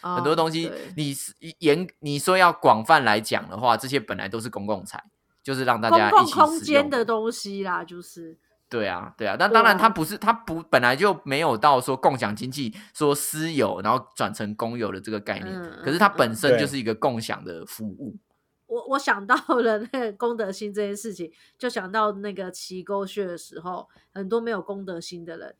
S2: 嗯，
S3: 很多东西
S2: 哦对
S3: 你是严你说要广泛来讲的话，这些本来都是公共财，就是让大
S2: 公
S3: 家一
S2: 共
S3: 起
S2: 空
S3: 使
S2: 间
S3: 用
S2: 的，东西啦，就是
S3: 对啊，对啊，但
S2: 对
S3: 当然
S2: 啊
S3: 它不是，它不本来就没有到说共享经济，说私有然后转成公有的这个概念，
S2: 嗯
S3: 可是它
S2: 嗯
S3: 本
S2: 嗯
S3: 身
S1: 对
S3: 就是一个共享的服务，
S2: 我我想到了那个公德心这件事情，就想到那个骑沟穴的时候，很多没有公德心的人，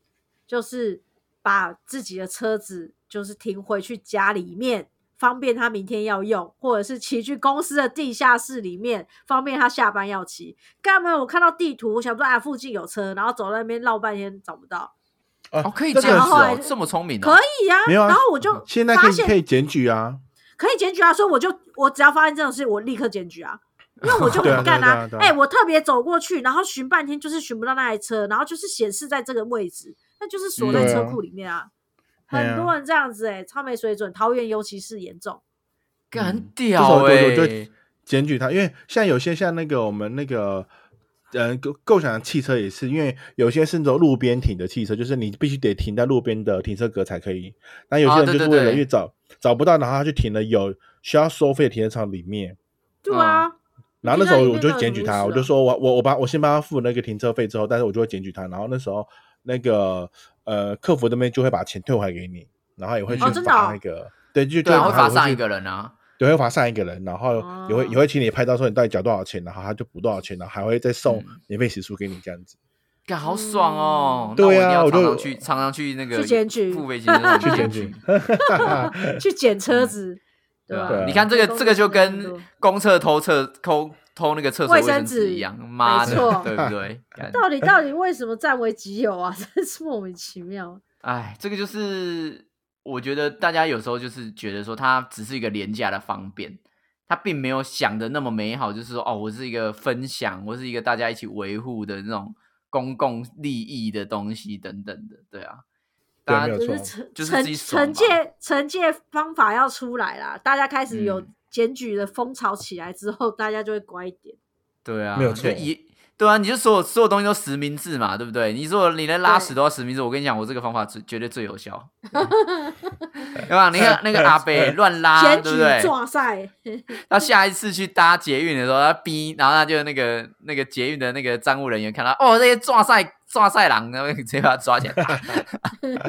S2: 就是把自己的车子就是停回去家里面，方便他明天要用，或者是骑去公司的地下室里面，方便他下班要骑。干嘛？我看到地图，我想说啊，附近有车，然后走到那边绕半天找不到，
S1: 啊
S3: 哦，可以
S1: 这
S3: 这
S1: 个
S3: 样子
S2: 后来
S3: 哦，
S2: 就
S3: 这么聪明、哦，
S2: 可以呀、
S1: 没有啊
S2: 然后我就
S1: 现在可
S2: 发
S1: 以
S2: 现
S1: 可以检举啊，
S2: 可以检举啊，所以我就我只要发现这种事，我立刻检举啊，因为我就
S1: 对啊
S2: 很干
S1: 对啊对啊对啊
S2: 哎、我特别走过去，然后寻半天就是寻不到那台车，然后就是显示在这个位置，那就是锁在
S1: 嗯
S2: 车库里面啊。
S1: 对啊
S2: 很多人这样子哎、超没水准。桃园尤其是严重，
S3: 干很
S1: 嗯
S3: 屌
S1: 多
S3: 哎、
S1: 久就检举他，因为现在有些像那个我们那个。嗯，构构想的汽车也是，因为有些是那种路边停的汽车，就是你必须得停在路边的停车格才可以。那有些
S3: 啊对
S1: 人就是
S3: 对
S1: 为了
S3: 对
S1: 越找找不到，然后他就停了有需要收费的停车场里面。
S2: 对啊，
S1: 然后那时候我
S2: 停在
S1: 就
S2: 里面
S1: 检举他，我
S2: 到底什么
S1: 就
S2: 意思啊
S1: 说我我我把我先帮他付那个停车费之后，但是我就会检举他。然后那时候那个呃客服那边就会把钱退还给你，然后也会去
S2: 哦真的哦
S1: 罚那个，对，就
S3: 啊对啊，会罚
S1: 上
S3: 上一个人啊。
S1: 对，会罚上一个人，然后也会、
S2: 哦
S1: 也会请你拍照说你到底缴多少钱，然后他就补多少钱，然后还会再送
S3: 嗯
S1: 免费时速给你这样子。
S3: 干好爽哦！
S1: 嗯
S3: 那我一定
S1: 对啊
S3: 要
S1: 我
S3: 常
S1: 就
S3: 常去，常常去那个
S2: 去检举
S3: 付费健身房
S1: 去检
S3: 举
S1: 举，
S2: 去捡车子，对
S1: 嗯
S2: 吧、
S1: 对啊
S3: 你看这个，
S2: 公
S3: 这个就
S2: 公
S3: 跟
S2: 司
S3: 公厕偷厕偷偷那个厕所
S2: 卫
S3: 卫
S2: 生
S3: 生
S2: 纸
S3: 纸一样，妈的
S2: 没错，
S3: 对不对？ 干
S2: 到底到底为什么占为己有啊？ 真是莫名其妙。
S3: 哎，这个就是我觉得大家有时候就是觉得说，它只是一个廉价的方便，它并没有想的那么美好，就是说哦，我是一个分享，我是一个大家一起维护的那种公共利益的东西等等的，对啊，
S1: 对
S3: 大
S1: 没
S3: 家
S1: 有
S2: 就是
S1: 错
S2: 惩
S3: 就是自己
S2: 惩
S3: 爽
S2: 惩
S3: 吧
S2: 戒惩戒方法要出来啦，大家开始有
S3: 嗯
S2: 检举的风潮起来之后，大家就会乖一点。
S3: 对啊，
S1: 没有
S3: 你就
S1: 错
S3: 一对啊，你就所有所有东西都实名制嘛，对不对？你说你连拉
S2: 对
S3: 屎都要实名制，我跟你讲，我这个方法最绝对最有效。 对吧？你看那个阿北乱拉，
S2: 检
S3: 啊对
S2: 举
S3: 不对？
S2: 抓赛，
S3: 他下一次去搭捷运的时候，他逼，然后他就那个那个捷运的那个站务人员看到，哦，那些抓赛抓赛狼，然后直接把他抓起来打。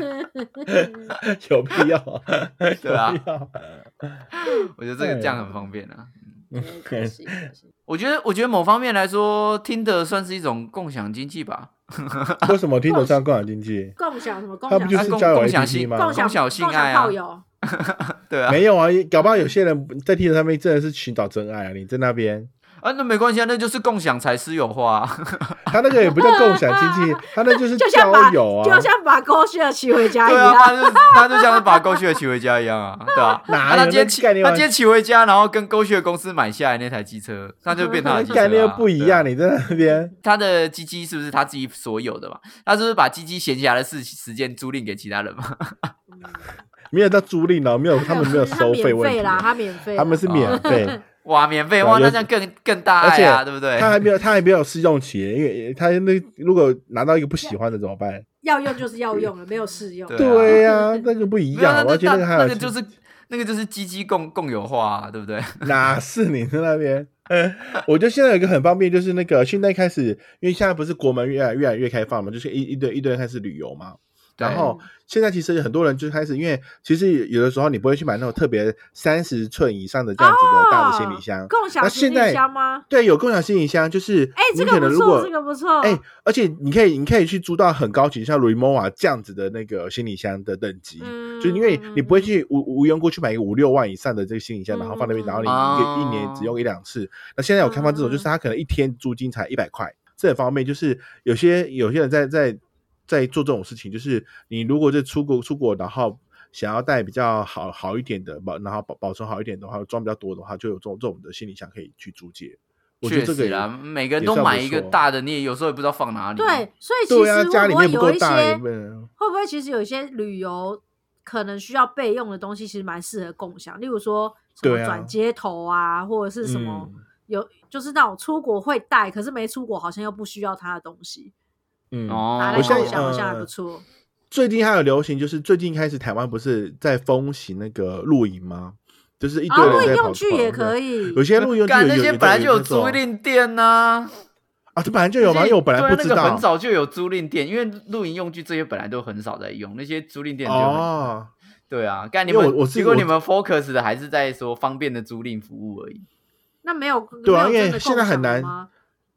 S1: 有必要？
S3: 对 啊
S1: 有必要
S3: 我觉得这个这样很方便啊。
S2: 对可 惜可惜。
S3: 我觉得，我觉得某方面来说，听的算是一种共享经济吧。
S1: 为什么听得上共享经济？
S2: 共享什么共
S1: 它不
S2: 享？
S1: 就
S3: 啊
S1: 是
S3: 共
S1: 交友
S3: 共享
S1: APP
S3: 性
S1: 吗？
S2: 共享
S3: 共享性爱啊
S2: 炮友？
S3: 对啊，
S1: 没有啊，搞不好有些人在听的上面真的是寻找真爱啊！你在那边，
S3: 啊，那没关系啊，那就是共享才私有化、啊。
S1: 他那个也不叫共享经济，他那 就是
S2: 就像把
S1: 交友啊，
S2: 就像把狗血骑回
S1: 哎
S2: 家一
S3: 对啊，
S2: 样。
S3: 他就他就像是把狗血的骑回家一样啊，对啊。
S1: 哪
S3: 啊
S1: 有
S3: 他今天
S1: 那
S3: 骑，
S1: 概念
S3: 他
S1: 完
S3: 今天骑回家，然后跟狗血公司买下来那台机车，那就变他的
S1: 那
S3: 机车、啊。
S1: 概念又不一
S3: 对啊
S1: 样，你在那边。
S3: 他的鸡鸡是不是他自己所有的嘛？他是不是把鸡鸡闲暇的事时间租赁给其他人嘛？
S1: 没有到租赁哦，没有，他们没有
S2: 嗯 他
S1: 收费
S2: 免
S1: 问
S2: 费
S1: 题，啊
S2: 啦，他免费啦，
S1: 他们是免费，
S3: 哇，免费
S1: 对啊
S3: 哇，
S1: 有
S3: 那这样更更大
S1: 而
S3: 爱
S1: 且
S3: 啊，对不对？
S1: 他还没有，他还没有试用期，因为他那如果拿到一个不喜欢的怎么办？
S2: 要用就是要用了，没有试用。
S3: 对啊
S1: 对呀，那个不一
S3: 没有那
S1: 样，
S3: 那
S1: 而且
S3: 那
S1: 个还
S3: 那
S1: 有
S3: 个就是那个就是鸡鸡共共有化、啊，对不对？
S1: 哪是你在那边？ 我觉得现在有一个很方便，就是那个现在开始，因为现在不是国门越来越来越开放嘛，就是一一堆一堆人开始旅游嘛。
S3: 对
S1: 然后现在其实有很多人就开始，因为其实有的时候你不会去买那种特别三十寸以上的这样子的大的行李箱
S2: 哦，共享
S1: 那
S2: 行
S1: 现
S2: 李
S1: 在
S2: 箱吗？
S1: 对，有共享行李箱，就是
S2: 哎，
S1: 你
S2: 这
S1: 可
S2: 个
S1: 能
S2: 不
S1: 如
S2: 错，
S1: 果
S2: 这个不错。
S1: 哎、而且你可以，你可以去租到很高级，像 Remova 这样子的那个行李箱的等级，
S2: 嗯
S1: 就因为你不会去无无缘故去买一个五六万以上的这个行李箱，然后放那边，
S2: 嗯
S1: 然后你一个、
S3: 哦
S1: 一年只用一两次。那现在有开放这种，
S2: 嗯
S1: 就是它可能一天租金才一百块，这很方便。就是有些有些人在在在做这种事情，就是你如果是出国出国，然后。想要带比较好好一点的保，然后保保存好一点的话，装比较多的话，就有这种这种的行李箱可以去租借。我觉
S3: 确
S1: 得这个
S3: 实
S1: 也
S3: 啦，每个人
S1: 也
S3: 都
S1: 算
S3: 买
S1: 不
S3: 一个
S1: 错啊
S3: 大的，你也有时候也不知道放哪里。
S2: 对，，所以其
S1: 嗯对
S2: 实
S1: 啊，家
S2: 会
S1: 里
S2: 不会
S1: 面不
S2: 有
S1: 够
S2: 一
S1: 大，也
S2: 些
S1: 不能
S2: 会不会其实有一些旅游可能需要备用的东西，其实蛮适合共享，例如说什么
S1: 对啊
S2: 转接头啊，或者是什么、
S1: 嗯
S2: 有就是那种出国会带，可是没出国好像又不需要它的东西，
S1: 嗯
S3: 哦，
S2: 拿来
S1: 我现
S2: 共
S1: 在
S2: 享好像还不
S1: 呃
S2: 错。
S1: 最近还有流行，就是最近开始台湾不是在风行那个露营吗？就是一
S2: 啊，
S1: 堆
S2: 露
S1: 人
S2: 营
S1: 在跑、
S2: 用具也可
S1: 以，
S2: 以，
S1: 有些露营用具
S3: 干
S1: 有
S3: 那些
S1: 有
S3: 本来就
S1: 有
S3: 有
S1: 那
S3: 租
S1: 种
S3: 赁店呐、
S1: 啊，这本来就有吗？
S3: 那些
S1: 因为我本来
S3: 对啊
S1: 不知
S3: 那个
S1: 道
S3: 很早就有租赁店，因为露营用具这些本来都很少在用，那些租赁店就很
S1: 哦。
S3: 对啊，干你
S1: 因为
S3: 们，
S1: 我我是
S3: 结果
S1: 我
S3: 你们 focus 的还是在说方便的租赁服务而已。
S2: 那没有
S1: 对啊
S2: 没有真
S1: 因为
S2: 的共
S1: 现在很
S2: 享的
S1: 难
S2: 吗？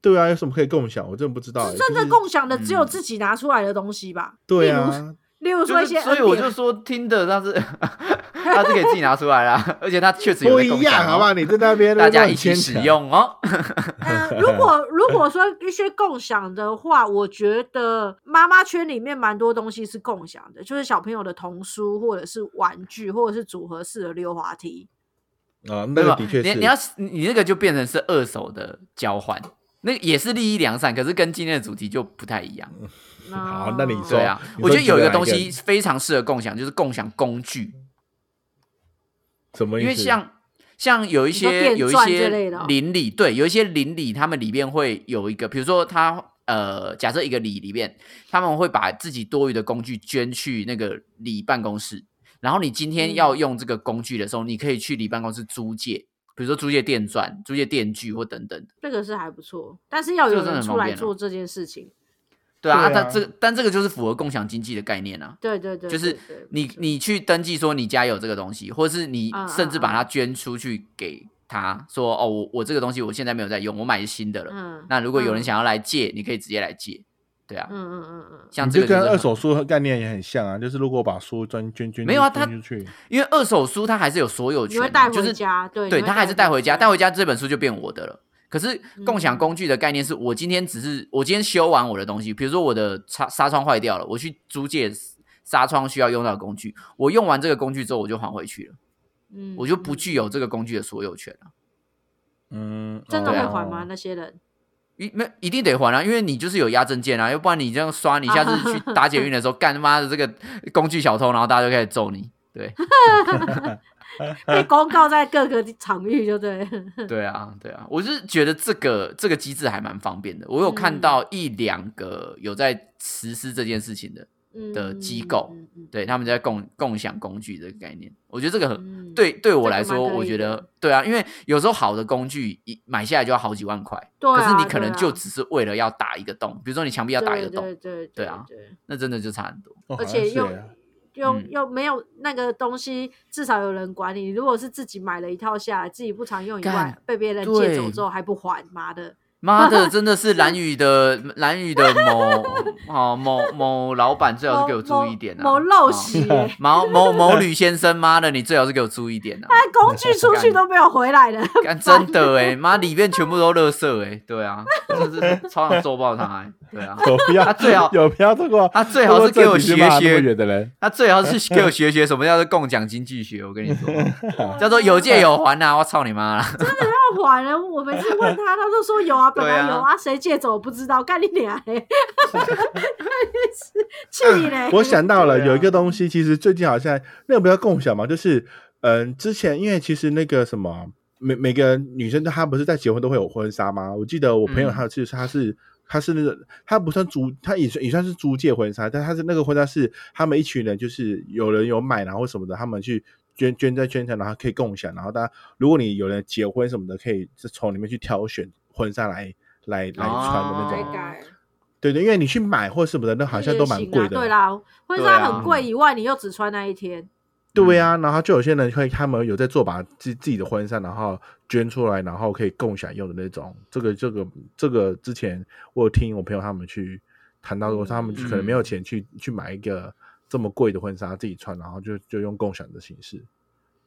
S1: 对啊，有什么可以共享？我真的不知道、欸。
S2: 真
S1: 就
S2: 的
S1: 是
S2: 共享的只有
S3: 嗯
S2: 自己拿出来的东西吧，
S1: 对
S2: 例如
S1: 啊，
S2: 例如
S3: 就
S2: 说一
S3: 是
S2: 些，
S3: 所以我就说听的它是 它是给自己拿出来啦，而且它确实有
S1: 不
S3: 在
S1: 一
S3: 共
S1: 样，
S3: 享、
S1: 好不好？
S3: 哦，
S1: 你在那 边
S3: 大家
S1: 乱
S3: 一起
S1: 牵
S3: 使
S1: 强，
S3: 用哦。
S2: 呃，如果如果说一些共享的话，我觉得妈妈圈里面蛮多东西是共享的，就是小朋友的童书，或者是玩具，或者是组合式的溜滑梯。
S1: 啊，那
S3: 没有
S1: 个的确
S3: 你
S1: 是
S3: 你要你你那个就变成是二手的交换，那也是利益良善，可是跟今天的主题就不太一样。
S1: 好那你说
S3: 对啊，
S1: 你
S3: 我
S1: 说
S3: 觉得有一
S1: 举
S3: 个
S1: 个
S3: 东
S1: 哪一个
S3: 西非常适合共享，就是共享工具。
S1: 什么意思？
S3: 因为像像有一
S2: 你说
S3: 些
S2: 电
S3: 有一
S2: 钻
S3: 些
S2: 之类的哦
S3: 邻里，对，有一些邻里，他们里面会有一个，比如说他呃，假设一个里里面，他们会把自己多余的工具捐去那个里办公室，然后你
S2: 嗯
S3: 今天要用这个工具的时候，你可以去里办公室租借，比如说租借电钻、租借电锯或等等的。
S2: 这个是还不错，但是要
S3: 这
S2: 有
S3: 个真的
S2: 人
S3: 很
S2: 出
S3: 方
S2: 来
S3: 便啊
S2: 做这件事情。
S3: 对啊，
S1: 对啊
S3: 但这个但这个就是符合共享经济的概念啊。
S2: 对对对，
S3: 就是
S2: 对对
S3: 你
S2: 没错
S3: 你去登记说你家有这个东西，或是你
S2: 嗯
S3: 甚至
S2: 嗯
S3: 把它捐出去给他，说哦，我我这个东西我现在没有在用，我买新的了。
S2: 嗯
S3: 那如果有
S2: 嗯
S3: 人想要来借，你可以直接来借，对啊
S2: 嗯，嗯嗯嗯嗯，
S3: 像
S1: 你
S3: 这
S1: 就
S3: 个就
S1: 跟
S3: 是
S1: 二
S3: 很
S1: 手书的概念也很像啊，就是如果把书捐捐捐
S3: 没有啊
S1: 捐
S3: 他
S1: 出去，
S3: 因为二手书它还是有所有
S2: 你
S3: 权
S2: 会
S3: 的，
S2: 带
S3: 就
S2: 回
S3: 是
S2: 家，对
S3: 对
S2: 你
S3: 他还是带回家，带
S2: 带
S3: 回家这本书就变我的了。可是共享
S2: 嗯
S3: 工具的概念是我今天只是我今天修完我的东西，比如说我的纱纱窗坏掉了，我去租借纱窗需要用到的工具，我用完这个工具之后我就还回去了。
S2: 嗯
S3: 我就不具有这
S2: 个。
S3: 个工具的所有权啊了、
S1: 嗯，
S2: 真的
S3: 对
S2: 会
S3: 啊
S2: 还吗？
S1: 哦？
S2: 那些人
S3: 一没一定得还啊，因为你就是有押证件啊，要不然你这样刷，你下
S2: 哦
S3: 次去 打捷运的时候，干他妈的这个工具小偷，然后大家就开始揍你。 对
S2: 被公告在各个场域，就对了。
S3: 对啊，对啊，我是觉得这个这个机制还蛮方便的。我
S2: 嗯
S3: 有看到一两个有在实施这件事情的，
S2: 嗯
S3: 的机构
S2: 嗯嗯嗯
S3: 对，他们在共共享工具这个概念，我觉得这个很
S2: 嗯
S3: 对对
S2: 这
S3: 我
S2: 个
S3: 来
S2: 蛮
S3: 说，
S2: 可
S3: 我
S2: 以
S3: 觉
S2: 的
S3: 得对啊，因为有时候好的工具一买下来就要好几万块，
S2: 对啊，
S3: 可是你可能
S2: 对啊
S3: 就只是为了要打一个洞，比如说你墙壁要打一个洞，
S2: 对对对
S3: 对啊，那真的就差很多。
S1: 哦好
S2: 而
S1: 像
S2: 且
S1: 是
S2: 又
S1: 欸
S2: 又、
S3: 嗯
S2: 又没有那个东西，至少有人管你。如果是自己买了一套下来，自己不常用以外
S3: 干，
S2: 被别人借
S3: 对
S2: 走之后还不还，妈的！
S3: 妈 的，真的是蓝宇的蓝宇的某哦某某老板，最好是给我注意一点啊！
S2: 某某 陋习耶、
S1: 啊
S3: 某某某吕先生，妈的，你最好是给我注意一点啊！
S2: 他工具出去都没有回来的，
S3: 干真的哎，妈里面全部都垃圾哎，对啊，真的是超想揍爆他哎，对啊，
S1: 有必要？
S3: 他最好
S1: 有必要透过
S3: 他最好是给我学
S1: 透过这几句骂那么
S3: 学，
S1: 远的人，
S3: 他最好是给我学学什么叫做共享经济学，我跟 你说，叫做有借有还啊呐，我操你妈啦！
S2: 要还了。我每次问他，他都说有啊，本来
S3: 对啊
S2: 有啊，谁借走我不知道，干你俩嘞！ 气 嘞！
S1: 啊 我想到了
S3: 对啊
S1: 有一个东西，其实最近好像那个不叫共享嘛，就是嗯，之前因为其实那个什么，每每个女生她不是在结婚都会有婚纱吗？我记得我朋友
S3: 嗯
S1: 还有就是她是。她是那个，她不算租，她也算也算是租借婚纱，但她是那个婚纱是他们一群人，就是有人有买，然后什么的，他们去捐捐在捐赠，然后可以共享，然后大家如果你有人结婚什么的，可以是从里面去挑选婚纱来来来穿的那种。
S3: 哦
S2: 改。
S1: 对对，因为你去买或什么的，那好像都蛮贵
S2: 也行
S1: 的。
S2: 啊对啦，婚
S3: 对
S2: 纱
S3: 啊
S2: 很贵以外，你又只穿那一天，
S1: 对呀、然后就有些人会，他们有在做把自自己的婚纱，然后捐出来，然后可以共享用的那种。这个这个这个之前我有听我朋友他们去谈到过，
S2: 嗯
S1: 他们可能没有钱去、去买一个这么贵的婚纱自己穿，然后就就用共享的形式。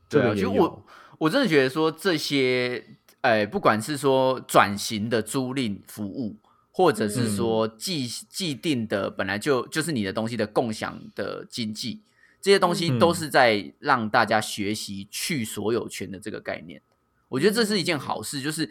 S1: 这
S3: 对
S1: 个
S3: 啊，
S1: 也
S3: 就
S1: 有，
S3: 我我真的觉得说这些，哎、不管是说转型的租赁服务，或者
S1: 嗯
S3: 是说既既定的本来就就是你的东西的共享的经济，这些东西
S1: 嗯
S3: 都是在让大家学习去所有权的这个概念。我觉得这是一件好事，就是，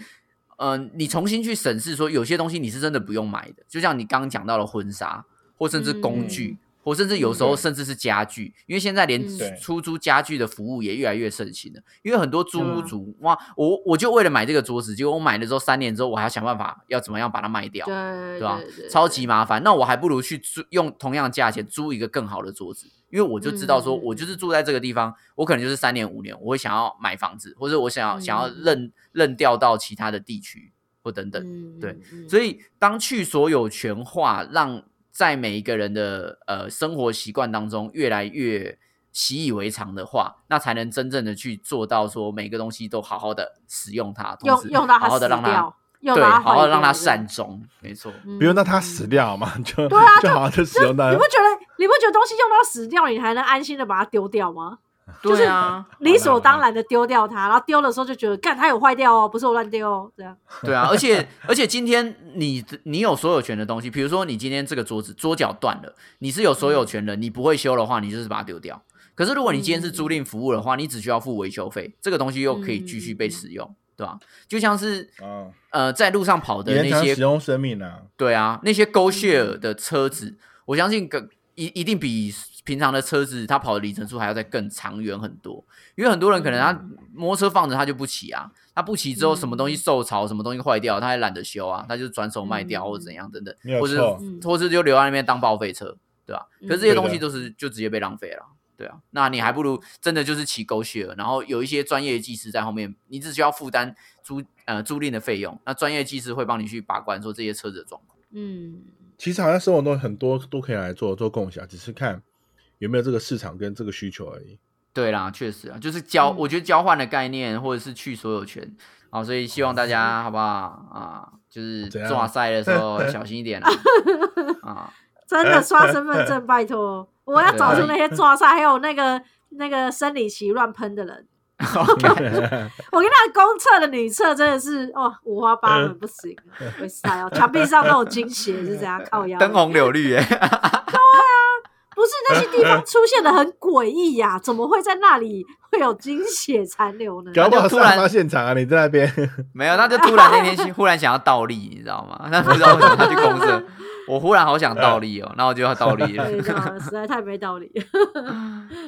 S3: 嗯、你重新去审视说，有些东西你是真的不用买的，就像你刚刚讲到的婚纱，或甚至工具，或甚至有时候
S1: 嗯
S3: 甚至是家具，因为现在连
S2: 嗯
S1: 对
S3: 出租家具的服务也越来越盛行了。因为很多租
S2: 啊
S3: 屋族，哇，我我就为了买这个桌子，结果我买了之后三年之后，我还要想办法要怎么样把它卖掉
S2: 对，
S3: 对
S2: 对
S3: 吧
S2: 对对？
S3: 超级麻烦。那我还不如去租用同样价钱租一个更好的桌子，因为我就知道说，
S2: 嗯嗯嗯
S3: 我就是住在这个地方，我可能就是三年五年，我会想要买房子，或者我想要
S2: 嗯
S3: 想要
S2: 嗯嗯
S3: 认认调到其他的地区或等等。
S2: 嗯
S3: 对，
S2: 嗯
S3: 所以，当去所有权化，让在每一个人的呃生活习惯当中越来越习以为常的话，那才能真正的去做到说每个东西都好好的使用它，同
S2: 用
S3: 时
S2: 用到
S3: 好
S2: 它
S3: 好的
S2: 死
S3: 让它
S2: 掉，用
S3: 对，
S2: 到它坏
S3: 好好
S2: 掉
S3: 的让它
S2: 对
S3: 善终，没错。
S2: 嗯
S1: 不用让它死掉嘛，就
S2: 对啊
S1: 就好好的使用它
S2: 你。不觉得你不觉得东西用到死掉，你还能安心的把它丢掉吗？
S3: 对啊，
S2: 理所当然的丢掉它，然后丢的时候就觉得，干它有坏掉哦，不是我乱丢哦，这样。
S3: 对啊，而且而且今天你你有所有权的东西，比如说你今天这个桌子桌脚断了，你是有所有权人，你不会修的话，你就是把它丢掉。可是如果你今天是租赁服务的话，你只需要付维修费，这个东西又可以继续被使用，对吧、就像是
S1: 啊，
S3: 呃在路上跑的
S1: 延
S3: 那
S1: 长使
S3: 些，
S1: 用生命啊，
S3: 对啊，那些 Go Share 的车子，我相信个一一定比平常的车子它跑的里程数还要再更长远很多。因为很多人可能他摩托车放着他就不骑啊，他不骑之后什么东西受潮，什么东西坏掉，他还懒得修啊，他就转手卖掉
S2: 嗯
S3: 或者怎样等等
S1: 没，有
S3: 或者
S1: 错
S2: 嗯
S3: 或者就留在那边当报废车，对吧、
S2: 嗯
S3: 可是这些东西都是就直接被浪费了。对啊，那你还不如真的就是骑狗血，然后有一些专业技师在后面，你只需要负担租呃租赁的费用，那专业技师会帮你去把关说这些车子的状况。
S2: 嗯，
S1: 其实好像生活中很多都可以来做做共享，只是看有没有这个市场跟这个需求而已。
S3: 对啦，确实啊，就是交，
S2: 嗯
S3: 我觉得交换的概念或者是去所有权，好，所以希望大家好不好啊？就是
S1: 怎样
S3: 抓赛的时候小心一点啊！啊，
S2: 真
S1: 哎
S2: 的刷身份证，拜托，我要找出那些抓塞，还有那个那个生理期乱喷的人。我跟你讲，公厕的女厕真的是哦，五花八
S1: 嗯
S2: 门，不行，会塞哦，墙壁上都有金鞋是这样靠腰，
S3: 灯红柳绿耶，
S2: 不是那些地方出现的很诡异呀，怎么会在那里会有金血残留呢？
S1: 搞不好
S3: 那就突
S1: 上
S3: 然
S1: 发现场啊，你在那边。
S3: 没有，他就突然那天忽然想要倒立，你知道吗？ 那不知道为什么他去公社，我忽然好想倒立哦，那我就要倒立了
S2: 对，，这样实在太没道理。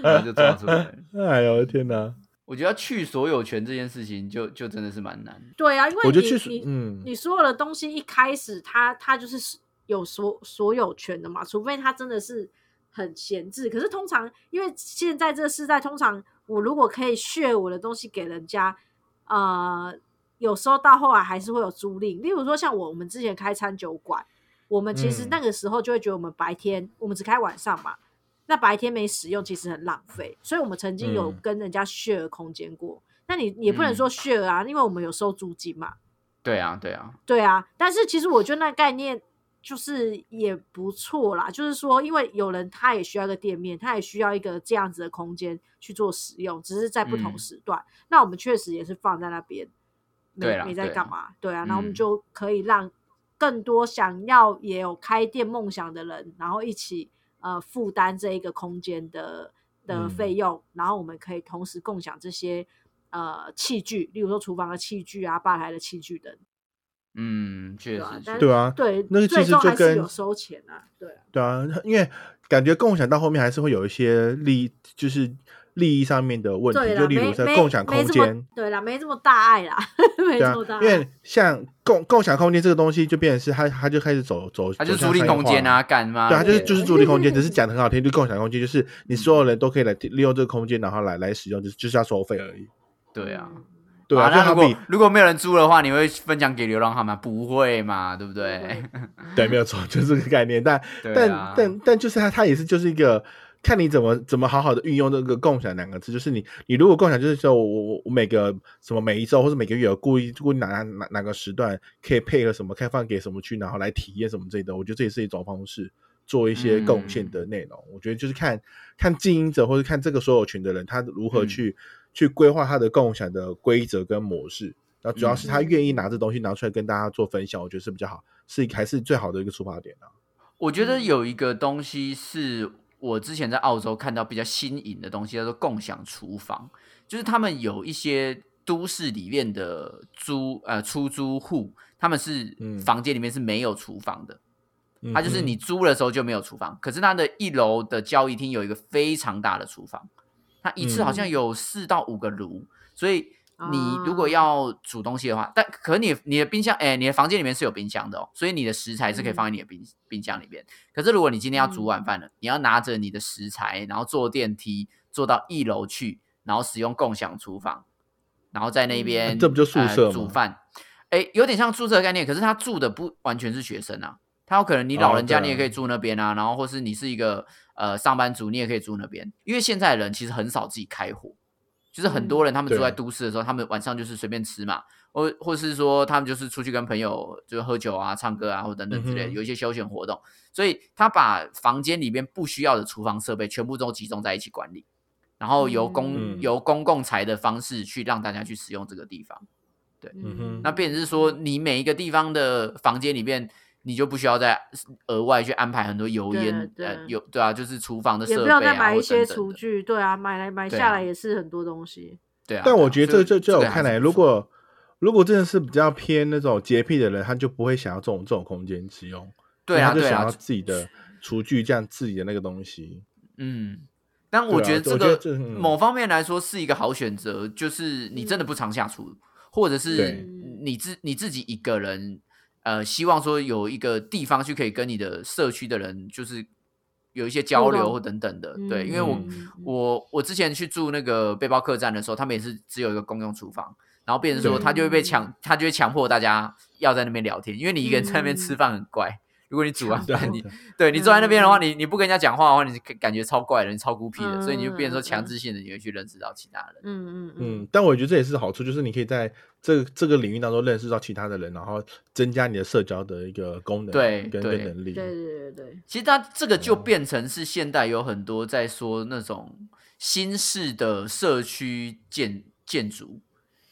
S3: 然后就抓出来了。
S1: 哎呦天哪！
S3: 我觉得去所有权这件事情就，就真的是蛮难。
S2: 对啊，因为
S1: 我觉
S2: 你
S1: 得去
S2: 你
S1: 嗯，
S2: 你所有的东西一开始它它就是有所所有权的嘛，除非它真的是很闲置。可是通常因为现在这个时代，通常我如果可以卸我的东西给人家，呃，有时候到后来还是会有租赁。例如说像我我们之前开餐酒馆，我们其实
S1: 嗯
S2: 那个时候就会觉得我们白天、我们只开晚上嘛，那白天没使用其实很浪费，所以我们曾经有
S3: 嗯
S2: 跟人家 share 空间过。那你也
S1: 嗯
S2: 不能说 share 啊，因为我们有收租金嘛。
S3: 对啊，对啊，
S2: 对啊，但是其实我觉得那概念就是也不错啦，就是说，因为有人他也需要一个店面，他也需要一个这样子的空间去做使用，只是在不同
S3: 嗯
S2: 时段。那我们确实也是放在那边，
S3: 对
S2: 没
S3: 啦
S2: 没在
S3: 对
S2: 干
S3: 啦
S2: 嘛，对啊，然后我们
S3: 嗯
S2: 就可以让更多想要也有开店梦想的人，然后一起呃负担这一个空间的的
S1: 嗯
S2: 费用，然后我们可以同时共享这些。呃，器具，例如说厨房的器具啊，吧台的器具等，
S3: 嗯，确
S2: 对啊
S3: 实，
S2: 但
S3: 确
S1: 对啊，
S2: 对，
S1: 那个
S2: 最
S1: 其实
S2: 终
S1: 就
S2: 还是
S1: 跟
S2: 有收钱啊，对啊，
S1: 对啊，因为感觉共享到后面还是会有一些利益，就是利益上面的问
S2: 对
S1: 题，
S2: 啦，
S1: 就例
S2: 没
S1: 如
S2: 没
S1: 在共享
S2: 没
S1: 空
S2: 这么
S1: 间，
S2: 对啦，没这么大爱啦， 没
S1: 对
S2: 这
S1: 啊
S2: 么大，
S1: 因
S2: 爱，
S1: 为像共共享空间这个东西，就变成是它它就开始走走，
S3: 他就
S1: 走向
S3: 租赁
S1: 商业
S3: 空间
S1: 化了
S3: 啊，。干嘛？
S1: 对啊，就是就是
S3: 对
S1: 租赁空间，只是讲的很好听，就共享空间，就是
S2: 嗯
S1: 你所有人都可以来利用这个空间，然后来来使用，就是就是要收费而已。
S3: 对啊。
S2: 嗯
S1: 对
S3: 好
S1: 啊，就
S3: 那
S1: 好
S3: 如
S1: 比
S3: 果如果没有人租的话，你会分享给流浪汉吗？不会嘛，对不对？
S1: 对，没有错，就是这个概念。但
S3: 对
S1: 但、
S3: 啊，
S1: 但但就是它，它也是就是一个看你怎么怎么好好的运用这个“共享”两个字。就是你你如果共享，就是说我我我每个什么每一周或者每个月有故意故意哪哪哪哪个时段可以配合什么开放给什么区，然后来体验什么之类的，我觉得这也是一种方式。做一些贡献的内容，我觉得就是看看经营者或者看这个所有群的人，他如何
S3: 嗯
S1: 去、去规划他的共享的规则跟模式。然后主要是他
S2: 嗯
S1: 愿意拿这东西拿出来跟大家做分享，我觉得是比较好，是还是最好的一个出发点啊。
S3: 我觉得
S2: 嗯
S3: 有一个东西是我之前在澳洲看到比较新颖的东西，叫做共享厨房，就是他们有一些都市里面的租呃出租户，他们是
S1: 嗯
S3: 房间里面是没有厨房的，
S1: 嗯
S3: 它就是
S1: 哼
S3: 你租的时候就没有厨房，可是它的一楼的交易厅有一个非常大的厨房，它一次好
S1: 嗯
S3: 像有四到五个炉，所以你如果
S2: 啊
S3: 要煮东西的话，但可是你你的冰箱，哎、你的房间里面是有冰箱的哦，所以你的食材是可以放在你的冰、冰箱里面。可是如果你今天要煮晚饭了，你要拿着你的食材，然后坐电梯坐到一楼去，然后使用共享厨房，然后在那
S2: 嗯
S3: 边、
S1: 啊这不就宿舍
S3: 呃、煮
S1: 吗
S3: 饭？哎，有点像宿舍的概念，可是他住的不完全是学生啊，他有可能你老
S1: 哦
S3: 人家
S1: 对啊
S3: 你也可以住那边啊，然后或是你是一个呃上班族，你也可以住那边，因为现在人其实很少自己开火，就是很多人他们
S1: 嗯对
S3: 住在都市的时候，他们晚上就是随便吃嘛，或或是说他们就是出去跟朋友就是喝酒啊、唱歌啊或等等之类的，
S1: 嗯哼
S3: 有一些休闲活动，所以他把房间里边不需要的厨房设备全部都集中在一起管理，然后由公、
S1: 嗯
S3: 由公共财的方式去让大家去使用这个地方。
S1: 嗯哼
S3: 那变成是说，
S2: 嗯
S3: 你每一个地方的房间里面，你就不需要再额外去安排很多油
S2: 对
S3: 烟，呃，
S2: 对
S3: 有对啊，就是厨房的
S2: 也
S3: 设
S2: 不
S3: 备啊，
S2: 要再买
S3: 或
S2: 一些
S3: 等等
S2: 厨
S3: 的，
S2: 具，对啊，买来买
S3: 对
S2: 下
S3: 啊
S2: 来也是很多东西，
S3: 对啊。
S1: 但
S3: 对啊
S1: 我觉得这这
S3: 所以
S1: 这我
S3: 个还
S1: 看
S3: 是
S1: 来，
S3: 不
S1: 如
S3: 错
S1: 果如果真的是比较偏那种洁癖的人，他就不会想要这种这种空间使用，
S3: 对
S1: 因为
S3: 啊
S1: 他就
S3: 对
S1: 想
S3: 啊
S1: 要，自己的厨具这样自己的那个东西。
S3: 嗯，但我
S1: 对啊
S3: 觉得
S1: 我
S3: 这
S1: 觉得
S3: 个
S1: 这嗯
S3: 某方面来说是一个好选择，就是你
S2: 嗯
S3: 真的不常下厨，或者是
S1: 对
S3: 你自你自己一个人，呃，希望说有一个地方去可以跟你的社区的人就是有一些交
S2: 互
S3: 流
S2: 动
S3: 或等等的，对，因为我
S1: 嗯
S3: 我我之前去住那个背包客栈的时候，他们也是只有一个公用厨房，然后变成说
S1: 对
S3: 他就会被强，他就会强迫大家要在那边聊天，因为你一个人在那边吃
S2: 嗯
S3: 饭很怪。如果你煮完
S2: 对啊
S1: 啊
S3: 饭，你对你坐在那边的话，
S2: 嗯
S3: 你你不跟人家讲话的话，你是感觉超怪的，你超孤僻的，所以你就变
S2: 嗯
S3: 成说
S2: 嗯嗯
S3: 强制性的你会去认识到其他人。
S2: 嗯嗯嗯
S1: 嗯，但我觉得这也是好处，就是你可以在这这个领域当中认识到其他的人，然后增加你的社交的一个功能
S3: 对
S1: 跟
S3: 对
S1: 跟能力。
S2: 对对对对，
S3: 其实它这个就变成是现代有很多在说那种新式的社区建建筑，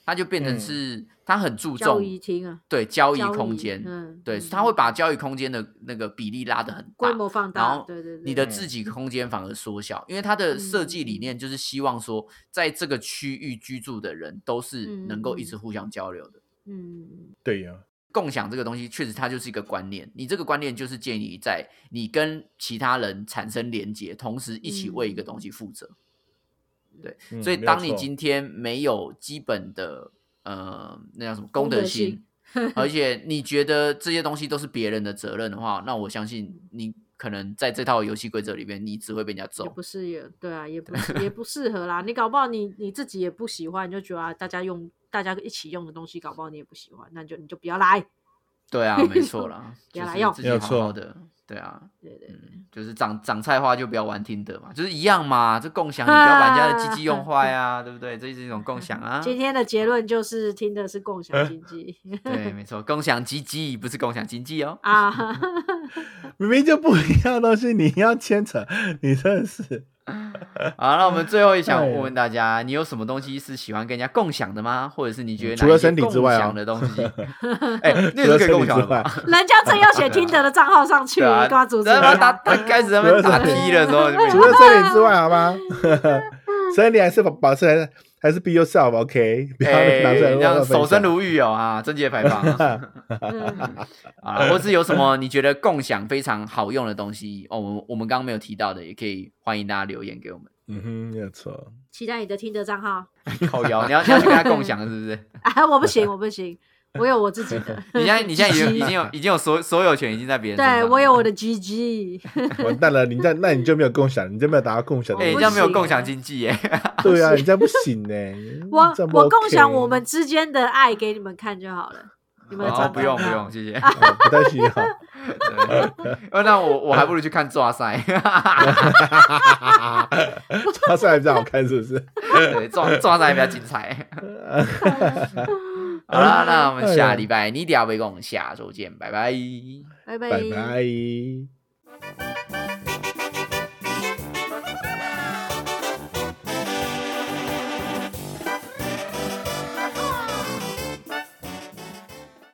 S3: 它就变成
S1: 嗯
S3: 是、它很注
S2: 交
S3: 重
S2: 易厅啊，
S3: 对交易
S2: 交
S3: 空
S2: 易
S3: 间，
S2: 嗯，
S3: 对，
S2: 嗯
S3: 它会把交易空间的那个比例拉得很大
S2: 规，模放
S3: 然
S2: 大
S3: 后，
S2: 对对对，嗯
S3: 你的自己空间反而缩小，因为它的设计理念就是希望说，在这个区域居住的人都是能够一直互相交流的。
S2: 嗯，
S1: 对呀、
S3: 共享这个东西，确实它就是一个观念。你这个观念就是建立在你跟其他人产生连结，同时一起为一个东西负责。
S1: 嗯
S3: 所以，
S1: 没有
S3: 当你
S1: 错
S3: 今天没有基本的呃，那叫什么
S2: 公
S3: 公德
S2: 德
S3: 心，而且你觉得这些东西都是别人的责任的话，那我相信你可能在这套游戏规则里面，你只会被人家
S2: 也
S3: 揍。
S2: 不是也对啊，也不是也不适合啦。你搞不好你你自己也不喜欢，你就觉得啊大家用大家一起用的东西，搞不好你也不喜欢，那你就你就不要来。
S3: 对啊，没错啦，
S2: 不要
S3: 就
S2: 啦
S3: 是
S2: 用
S3: 自己
S1: 没有
S3: 好
S1: 错
S3: 好的，对啊，
S2: 对对，
S3: 嗯，就是长长菜花就不要玩听的嘛，就是一样嘛，这共享你不要把人家的鸡鸡用坏啊，对不对？这是一种共 享啊，
S2: 今天的结论就是听的是共
S3: 嗯
S2: 享经济
S3: 对，没错，共享鸡鸡不是共享经济哦。
S2: 啊，
S1: 明明就不一样的东西，你要牵扯，你真的是。
S3: 好，那我们最后也想
S1: 哎
S3: 问问大家，你有什么东西是喜欢跟人家共享的吗？或者是你觉得
S1: 除
S3: 哪一
S1: 了
S3: 些
S1: 身体之外
S3: 共
S1: 哦
S3: 享的东西， 哎，那个是可以
S1: 除了身体
S3: 共享
S1: 之
S3: 的吧
S1: 外，
S2: 人家正要写听的的账号上去，
S3: 对啊，
S2: 你干 嘛阻止
S3: 然后
S2: 人
S3: 他
S2: 家？
S3: 他开始在那边
S1: 除
S3: 打
S1: 了
S3: P
S1: 身体
S3: 的时候就被，
S1: 除了这里之外，好啊嗯吗？ 所以你还是保保持还是还是 be yourself，OK？、不要
S3: 哎，
S1: 拿出来
S3: 这样
S1: 乱
S3: 守身
S1: 分享。
S3: 如玉哦 啊，贞洁牌坊啊。
S2: 嗯
S3: 啊，或是有什么你觉得共享非常好用的东西哦，我们我们刚刚没有提到的，也可以欢迎大家留言给 我们。
S1: 嗯哼，没有 错。
S2: 期待你的听的账号。
S3: 靠腰，你要你要去跟他共享是不 是？
S2: 啊，我不行，我不行，我有我自己 的。
S3: 你现在你现在已经已经有已经有所所有权已经在别人身上
S2: 对
S3: 了
S2: 我有。我的 GG，
S1: 完蛋了，你这样那你就没有共享，你就没有达到共享的
S3: 哎、
S1: 目
S2: 我
S1: 的。
S3: 这
S2: 不
S3: 样没有
S2: 行
S3: 共享经济耶！
S1: 对啊，你这样不行呢、
S2: 我
S1: 这样不
S2: 我共
S1: OK
S2: 享我们之间的爱给你们看就好了。你们
S3: 哦，
S2: 转
S3: 不用
S2: 账
S3: 不
S2: 号
S3: 用，谢谢。
S1: 哦不太需要。
S3: 哦那我我还不如去看抓塞，
S1: 他虽然比较好看，是不 是？
S3: 对，抓抓塞比较精彩。好啦，那我们下礼拜你一定要被共下周见，拜拜。
S2: 拜
S1: 拜拜。